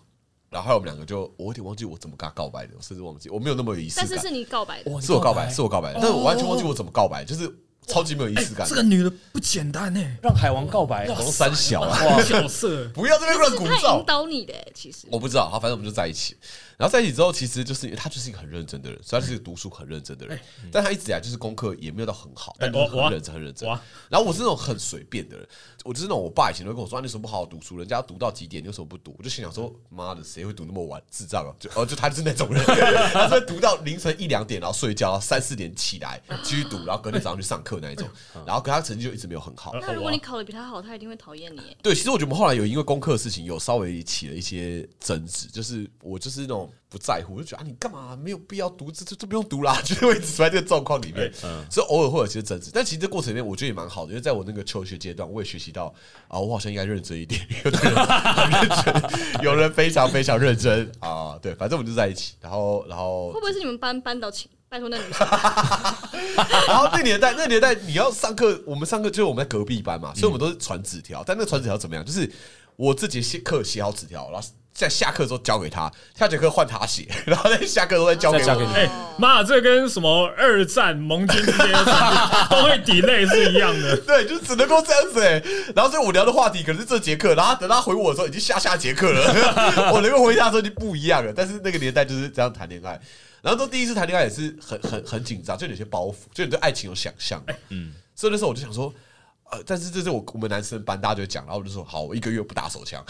[SPEAKER 3] 然后后来我们两个就，我有点忘记我怎么跟他告白的，我甚至忘记我没有那么有仪式
[SPEAKER 5] 但
[SPEAKER 3] 感。
[SPEAKER 5] 是是你告白的，
[SPEAKER 3] 是我告白，是我告白，但是我完全忘记我怎么告白，就是超
[SPEAKER 5] 哦
[SPEAKER 3] 级没有仪式感。
[SPEAKER 4] 哎这个女的不简单哎、
[SPEAKER 6] 让海王告白，
[SPEAKER 3] 好像三小啊，
[SPEAKER 4] 欸，角色
[SPEAKER 3] 不要这边乱
[SPEAKER 5] 是
[SPEAKER 3] 鼓
[SPEAKER 5] 他
[SPEAKER 3] 噪
[SPEAKER 5] 引。导你的、欸，其实
[SPEAKER 3] 我不知道，好，反正我们就在一起。然后在一起之后，其实就是因为他就是一个很认真的人，所以他是一个读书很认真的人。但他一直以来就是功课也没有到很好，但就是
[SPEAKER 4] 哎我我啊
[SPEAKER 3] 很认真，很认真
[SPEAKER 4] 我啊。
[SPEAKER 3] 然后我是那种很随便的人，我就是那种我爸以前都会跟我说：“啊你为什么不好好读书？人家要读到几点，你为什么不读？”我就心想说：“妈的，谁会读那么晚？智障啊！”就哦，就他就是那种人， 他是会读到凌晨一两点，然后睡觉，三四点起来继续读，然后隔天早上去上课那一种。
[SPEAKER 4] 嗯
[SPEAKER 3] 然后可他成绩就一直没有很好。
[SPEAKER 5] 那如果你考的比他好，他一定会讨厌你、欸。
[SPEAKER 3] 对，其实我觉得我们后来有因为功课的事情有稍微起了一些争执，就是我就是那种不在乎，我就觉得啊你干嘛没有必要读这这这不用读啦， 就是会一直处在这个状况里面，所以偶尔会有一些争执，但其实这过程里面我觉得也蛮好的，因为在我那个求学阶段，我也学习到啊我好像应该认真一点， 有的人很认真，有人非常非常认真啊，对，反正我们就在一起，然后然后
[SPEAKER 5] 会不会是你们班班导请拜托那女生？
[SPEAKER 3] 然后那年代，那年代你要上课，我们上课就是我们在隔壁班
[SPEAKER 6] 嗯
[SPEAKER 3] 嘛，所以我们都是传纸条。但那个传纸条怎么样？就是我自己写课写好纸条，然后在下课的时候交给他，下节课换他写，然后在下课都在交给
[SPEAKER 6] 再交给
[SPEAKER 3] 我。
[SPEAKER 6] 你。
[SPEAKER 4] 哎妈，这跟什么二战盟军之间的战争都会 delay 是一样的。
[SPEAKER 3] 对，就只能够这样子哎、然后所以我聊的话题可能是这节课，然后他等他回我的时候已经下下节课了， 我能够回答的时候已经不一样了。但是那个年代就是这样谈恋爱，然后都第一次谈恋爱也是很很很紧张，就有些包袱，就你对爱情有想象。嗯，所以那时候我就想说。呃，但是这是我我们男生班大家就会讲，然后我就说好，我一个月不打手枪，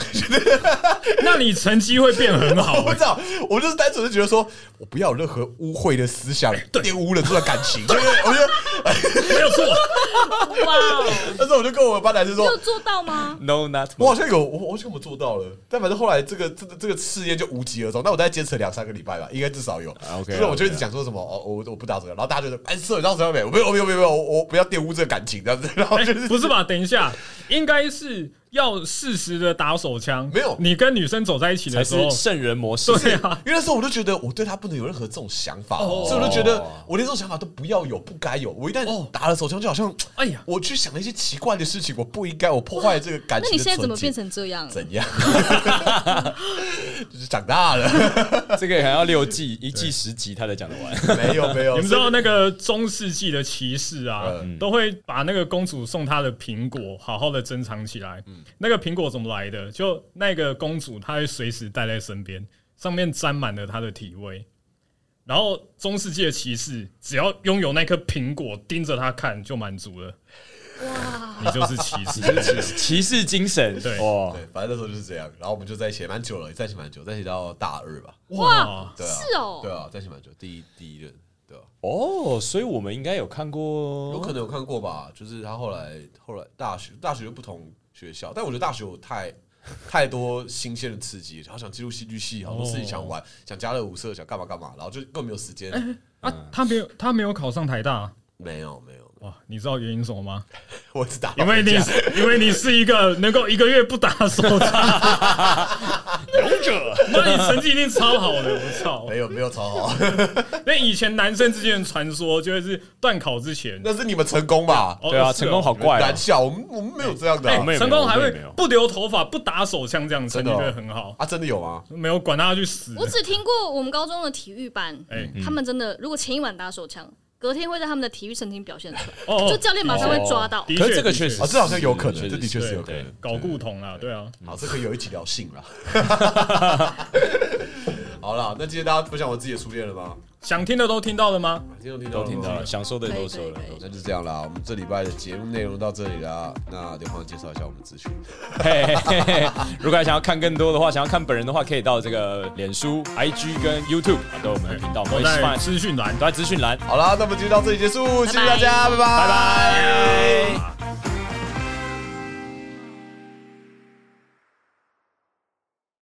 [SPEAKER 4] 那你成绩会变很好、
[SPEAKER 3] 我不
[SPEAKER 4] 欸
[SPEAKER 3] 知，道，我就是单纯的觉得说，我不要有任何污秽的思想玷污了这段感情， 对不对？我觉得
[SPEAKER 4] 没有错。
[SPEAKER 5] 哇哦，
[SPEAKER 3] 那时候我就跟我们班男生
[SPEAKER 5] 你
[SPEAKER 3] 说
[SPEAKER 5] 有，做到吗？
[SPEAKER 6] No, not
[SPEAKER 3] 我好
[SPEAKER 6] me.
[SPEAKER 3] 像有，我我好像我做到了，但反正后来这个这个这个试验就无疾而终。那我大概坚持了两三个礼拜吧，应该至少有。
[SPEAKER 6] 啊，OK，
[SPEAKER 3] 就是我就一
[SPEAKER 6] OK 啊
[SPEAKER 3] 直讲说什么哦，我我不打折，然后大家就说哎，是，你知道什么没有？我没有，我没有，没有，没有我我不要玷污这个感情这样子。 然后就是、
[SPEAKER 4] 哎不是吧？等一下，应该是要适时的打手枪。
[SPEAKER 3] 没有
[SPEAKER 4] 你跟女生走在一起
[SPEAKER 6] 才
[SPEAKER 4] 的时候
[SPEAKER 6] 是，圣人模式。
[SPEAKER 4] 对啊，
[SPEAKER 3] 因为那时候我就觉得我对他不能有任何这种想法，
[SPEAKER 4] 哦
[SPEAKER 3] 所以我就觉
[SPEAKER 6] 哦
[SPEAKER 3] 得我连这种想法都不要有，不该有。我一旦打了手枪，就好像
[SPEAKER 4] 哦哎呀，
[SPEAKER 3] 我去想了一些奇怪的事情，我不应该，我破坏了这个感
[SPEAKER 5] 那
[SPEAKER 3] 情
[SPEAKER 5] 你
[SPEAKER 3] 的纯洁。
[SPEAKER 5] 现在怎么变成这样？
[SPEAKER 3] 怎样？ 就是长大了，
[SPEAKER 6] 这个还要六季，一季十集他才讲得完。
[SPEAKER 3] 没有没有，
[SPEAKER 4] 你们知道那个中世纪的骑士啊，
[SPEAKER 3] 哦嗯
[SPEAKER 4] 都会把那个公主送她的苹果好好的珍藏起来。那个苹果怎么来的？就那个公主，她会随时带在身边，上面沾满了她的体味。然后中世纪的骑士只要拥有那颗苹果，盯着她看就满足了。哇，你就是骑士，
[SPEAKER 6] 骑士精神，
[SPEAKER 4] 对
[SPEAKER 6] 哇，
[SPEAKER 3] 对，反正那时候就是这样。然后我们就在一起蛮久了，在一起蛮久，在一起到大二吧。
[SPEAKER 4] 哇，
[SPEAKER 3] 对啊，
[SPEAKER 5] 是哦
[SPEAKER 3] 对啊，在一起蛮久，第一第一任，对啊，
[SPEAKER 6] 哦，所以我们应该有看过，
[SPEAKER 3] 有可能有看过吧？就是他后来后来大学大学就不同学校，但我觉得大学有太。 太多新鲜的刺激，然后想进入戏剧系，好多事情想玩，想加入舞社，想干嘛干嘛，然后就更没有时 间。
[SPEAKER 4] 啊，他没有，他没有考上台大。啊
[SPEAKER 3] 没有没有，
[SPEAKER 4] 哇，哦你知道原因什么吗？
[SPEAKER 3] 我只打到
[SPEAKER 4] 因为
[SPEAKER 3] 回
[SPEAKER 4] 你
[SPEAKER 3] 家，
[SPEAKER 4] 因为你是一个能够一个月不打手枪的勇者，那你成绩一定超好的，我操！
[SPEAKER 3] 没有没有超好，
[SPEAKER 4] 那以前男生之间的传说就是断考之前，
[SPEAKER 3] 那是你们成功吧？
[SPEAKER 4] 哦
[SPEAKER 6] 对啊，
[SPEAKER 4] 是哦
[SPEAKER 6] 成功好
[SPEAKER 3] 你们
[SPEAKER 6] 怪啊
[SPEAKER 3] 男，校，我们我们没有这样的
[SPEAKER 4] 哎
[SPEAKER 3] 啊
[SPEAKER 6] 没有
[SPEAKER 4] 成功还
[SPEAKER 6] 我
[SPEAKER 4] 会
[SPEAKER 6] 们也没有
[SPEAKER 4] 不留头发、不打手枪，这样成绩
[SPEAKER 3] 真
[SPEAKER 4] 就
[SPEAKER 3] 的哦
[SPEAKER 4] 会很好。
[SPEAKER 3] 啊，真的有吗？
[SPEAKER 4] 没有管他去死，
[SPEAKER 5] 我只听过我们高中的体育班，
[SPEAKER 4] 哎
[SPEAKER 5] 他们真的如果前一晚打手枪，隔天会在他们的体育神经表现出来，
[SPEAKER 4] 哦
[SPEAKER 5] 就教练马上会抓到。
[SPEAKER 4] 的
[SPEAKER 6] 可
[SPEAKER 4] 确
[SPEAKER 6] 是这个
[SPEAKER 4] 的确
[SPEAKER 6] 确实
[SPEAKER 3] 啊，这好像有可能，
[SPEAKER 6] 是
[SPEAKER 3] 这的确是有可
[SPEAKER 6] 对
[SPEAKER 3] 能。
[SPEAKER 4] 搞固酮啊，对啊，
[SPEAKER 3] 好，这可以有一起聊性了。好了，那今天大家分享我自己的初恋了吗？
[SPEAKER 4] 想听的都听到了吗？
[SPEAKER 3] 听众听
[SPEAKER 6] 都
[SPEAKER 3] 到
[SPEAKER 6] 听到了，想说的
[SPEAKER 5] 可
[SPEAKER 6] 都
[SPEAKER 5] 以
[SPEAKER 6] 说了
[SPEAKER 5] 可以。可以
[SPEAKER 3] 那就这样啦，我们这礼拜的节目内容到这里啦。那刘胖介绍一下我们的资讯，
[SPEAKER 6] 嘿嘿嘿嘿如果还想要看更多的话，想要看本人的话，可以到这个脸书、IG 跟 YouTube 啊都有我们的频道，我
[SPEAKER 4] 我
[SPEAKER 6] 们会
[SPEAKER 4] 在
[SPEAKER 6] 放
[SPEAKER 4] 资讯栏
[SPEAKER 6] 都。在资讯栏。
[SPEAKER 3] 好啦，那么今天到这里结束，谢谢大家，拜拜，拜拜。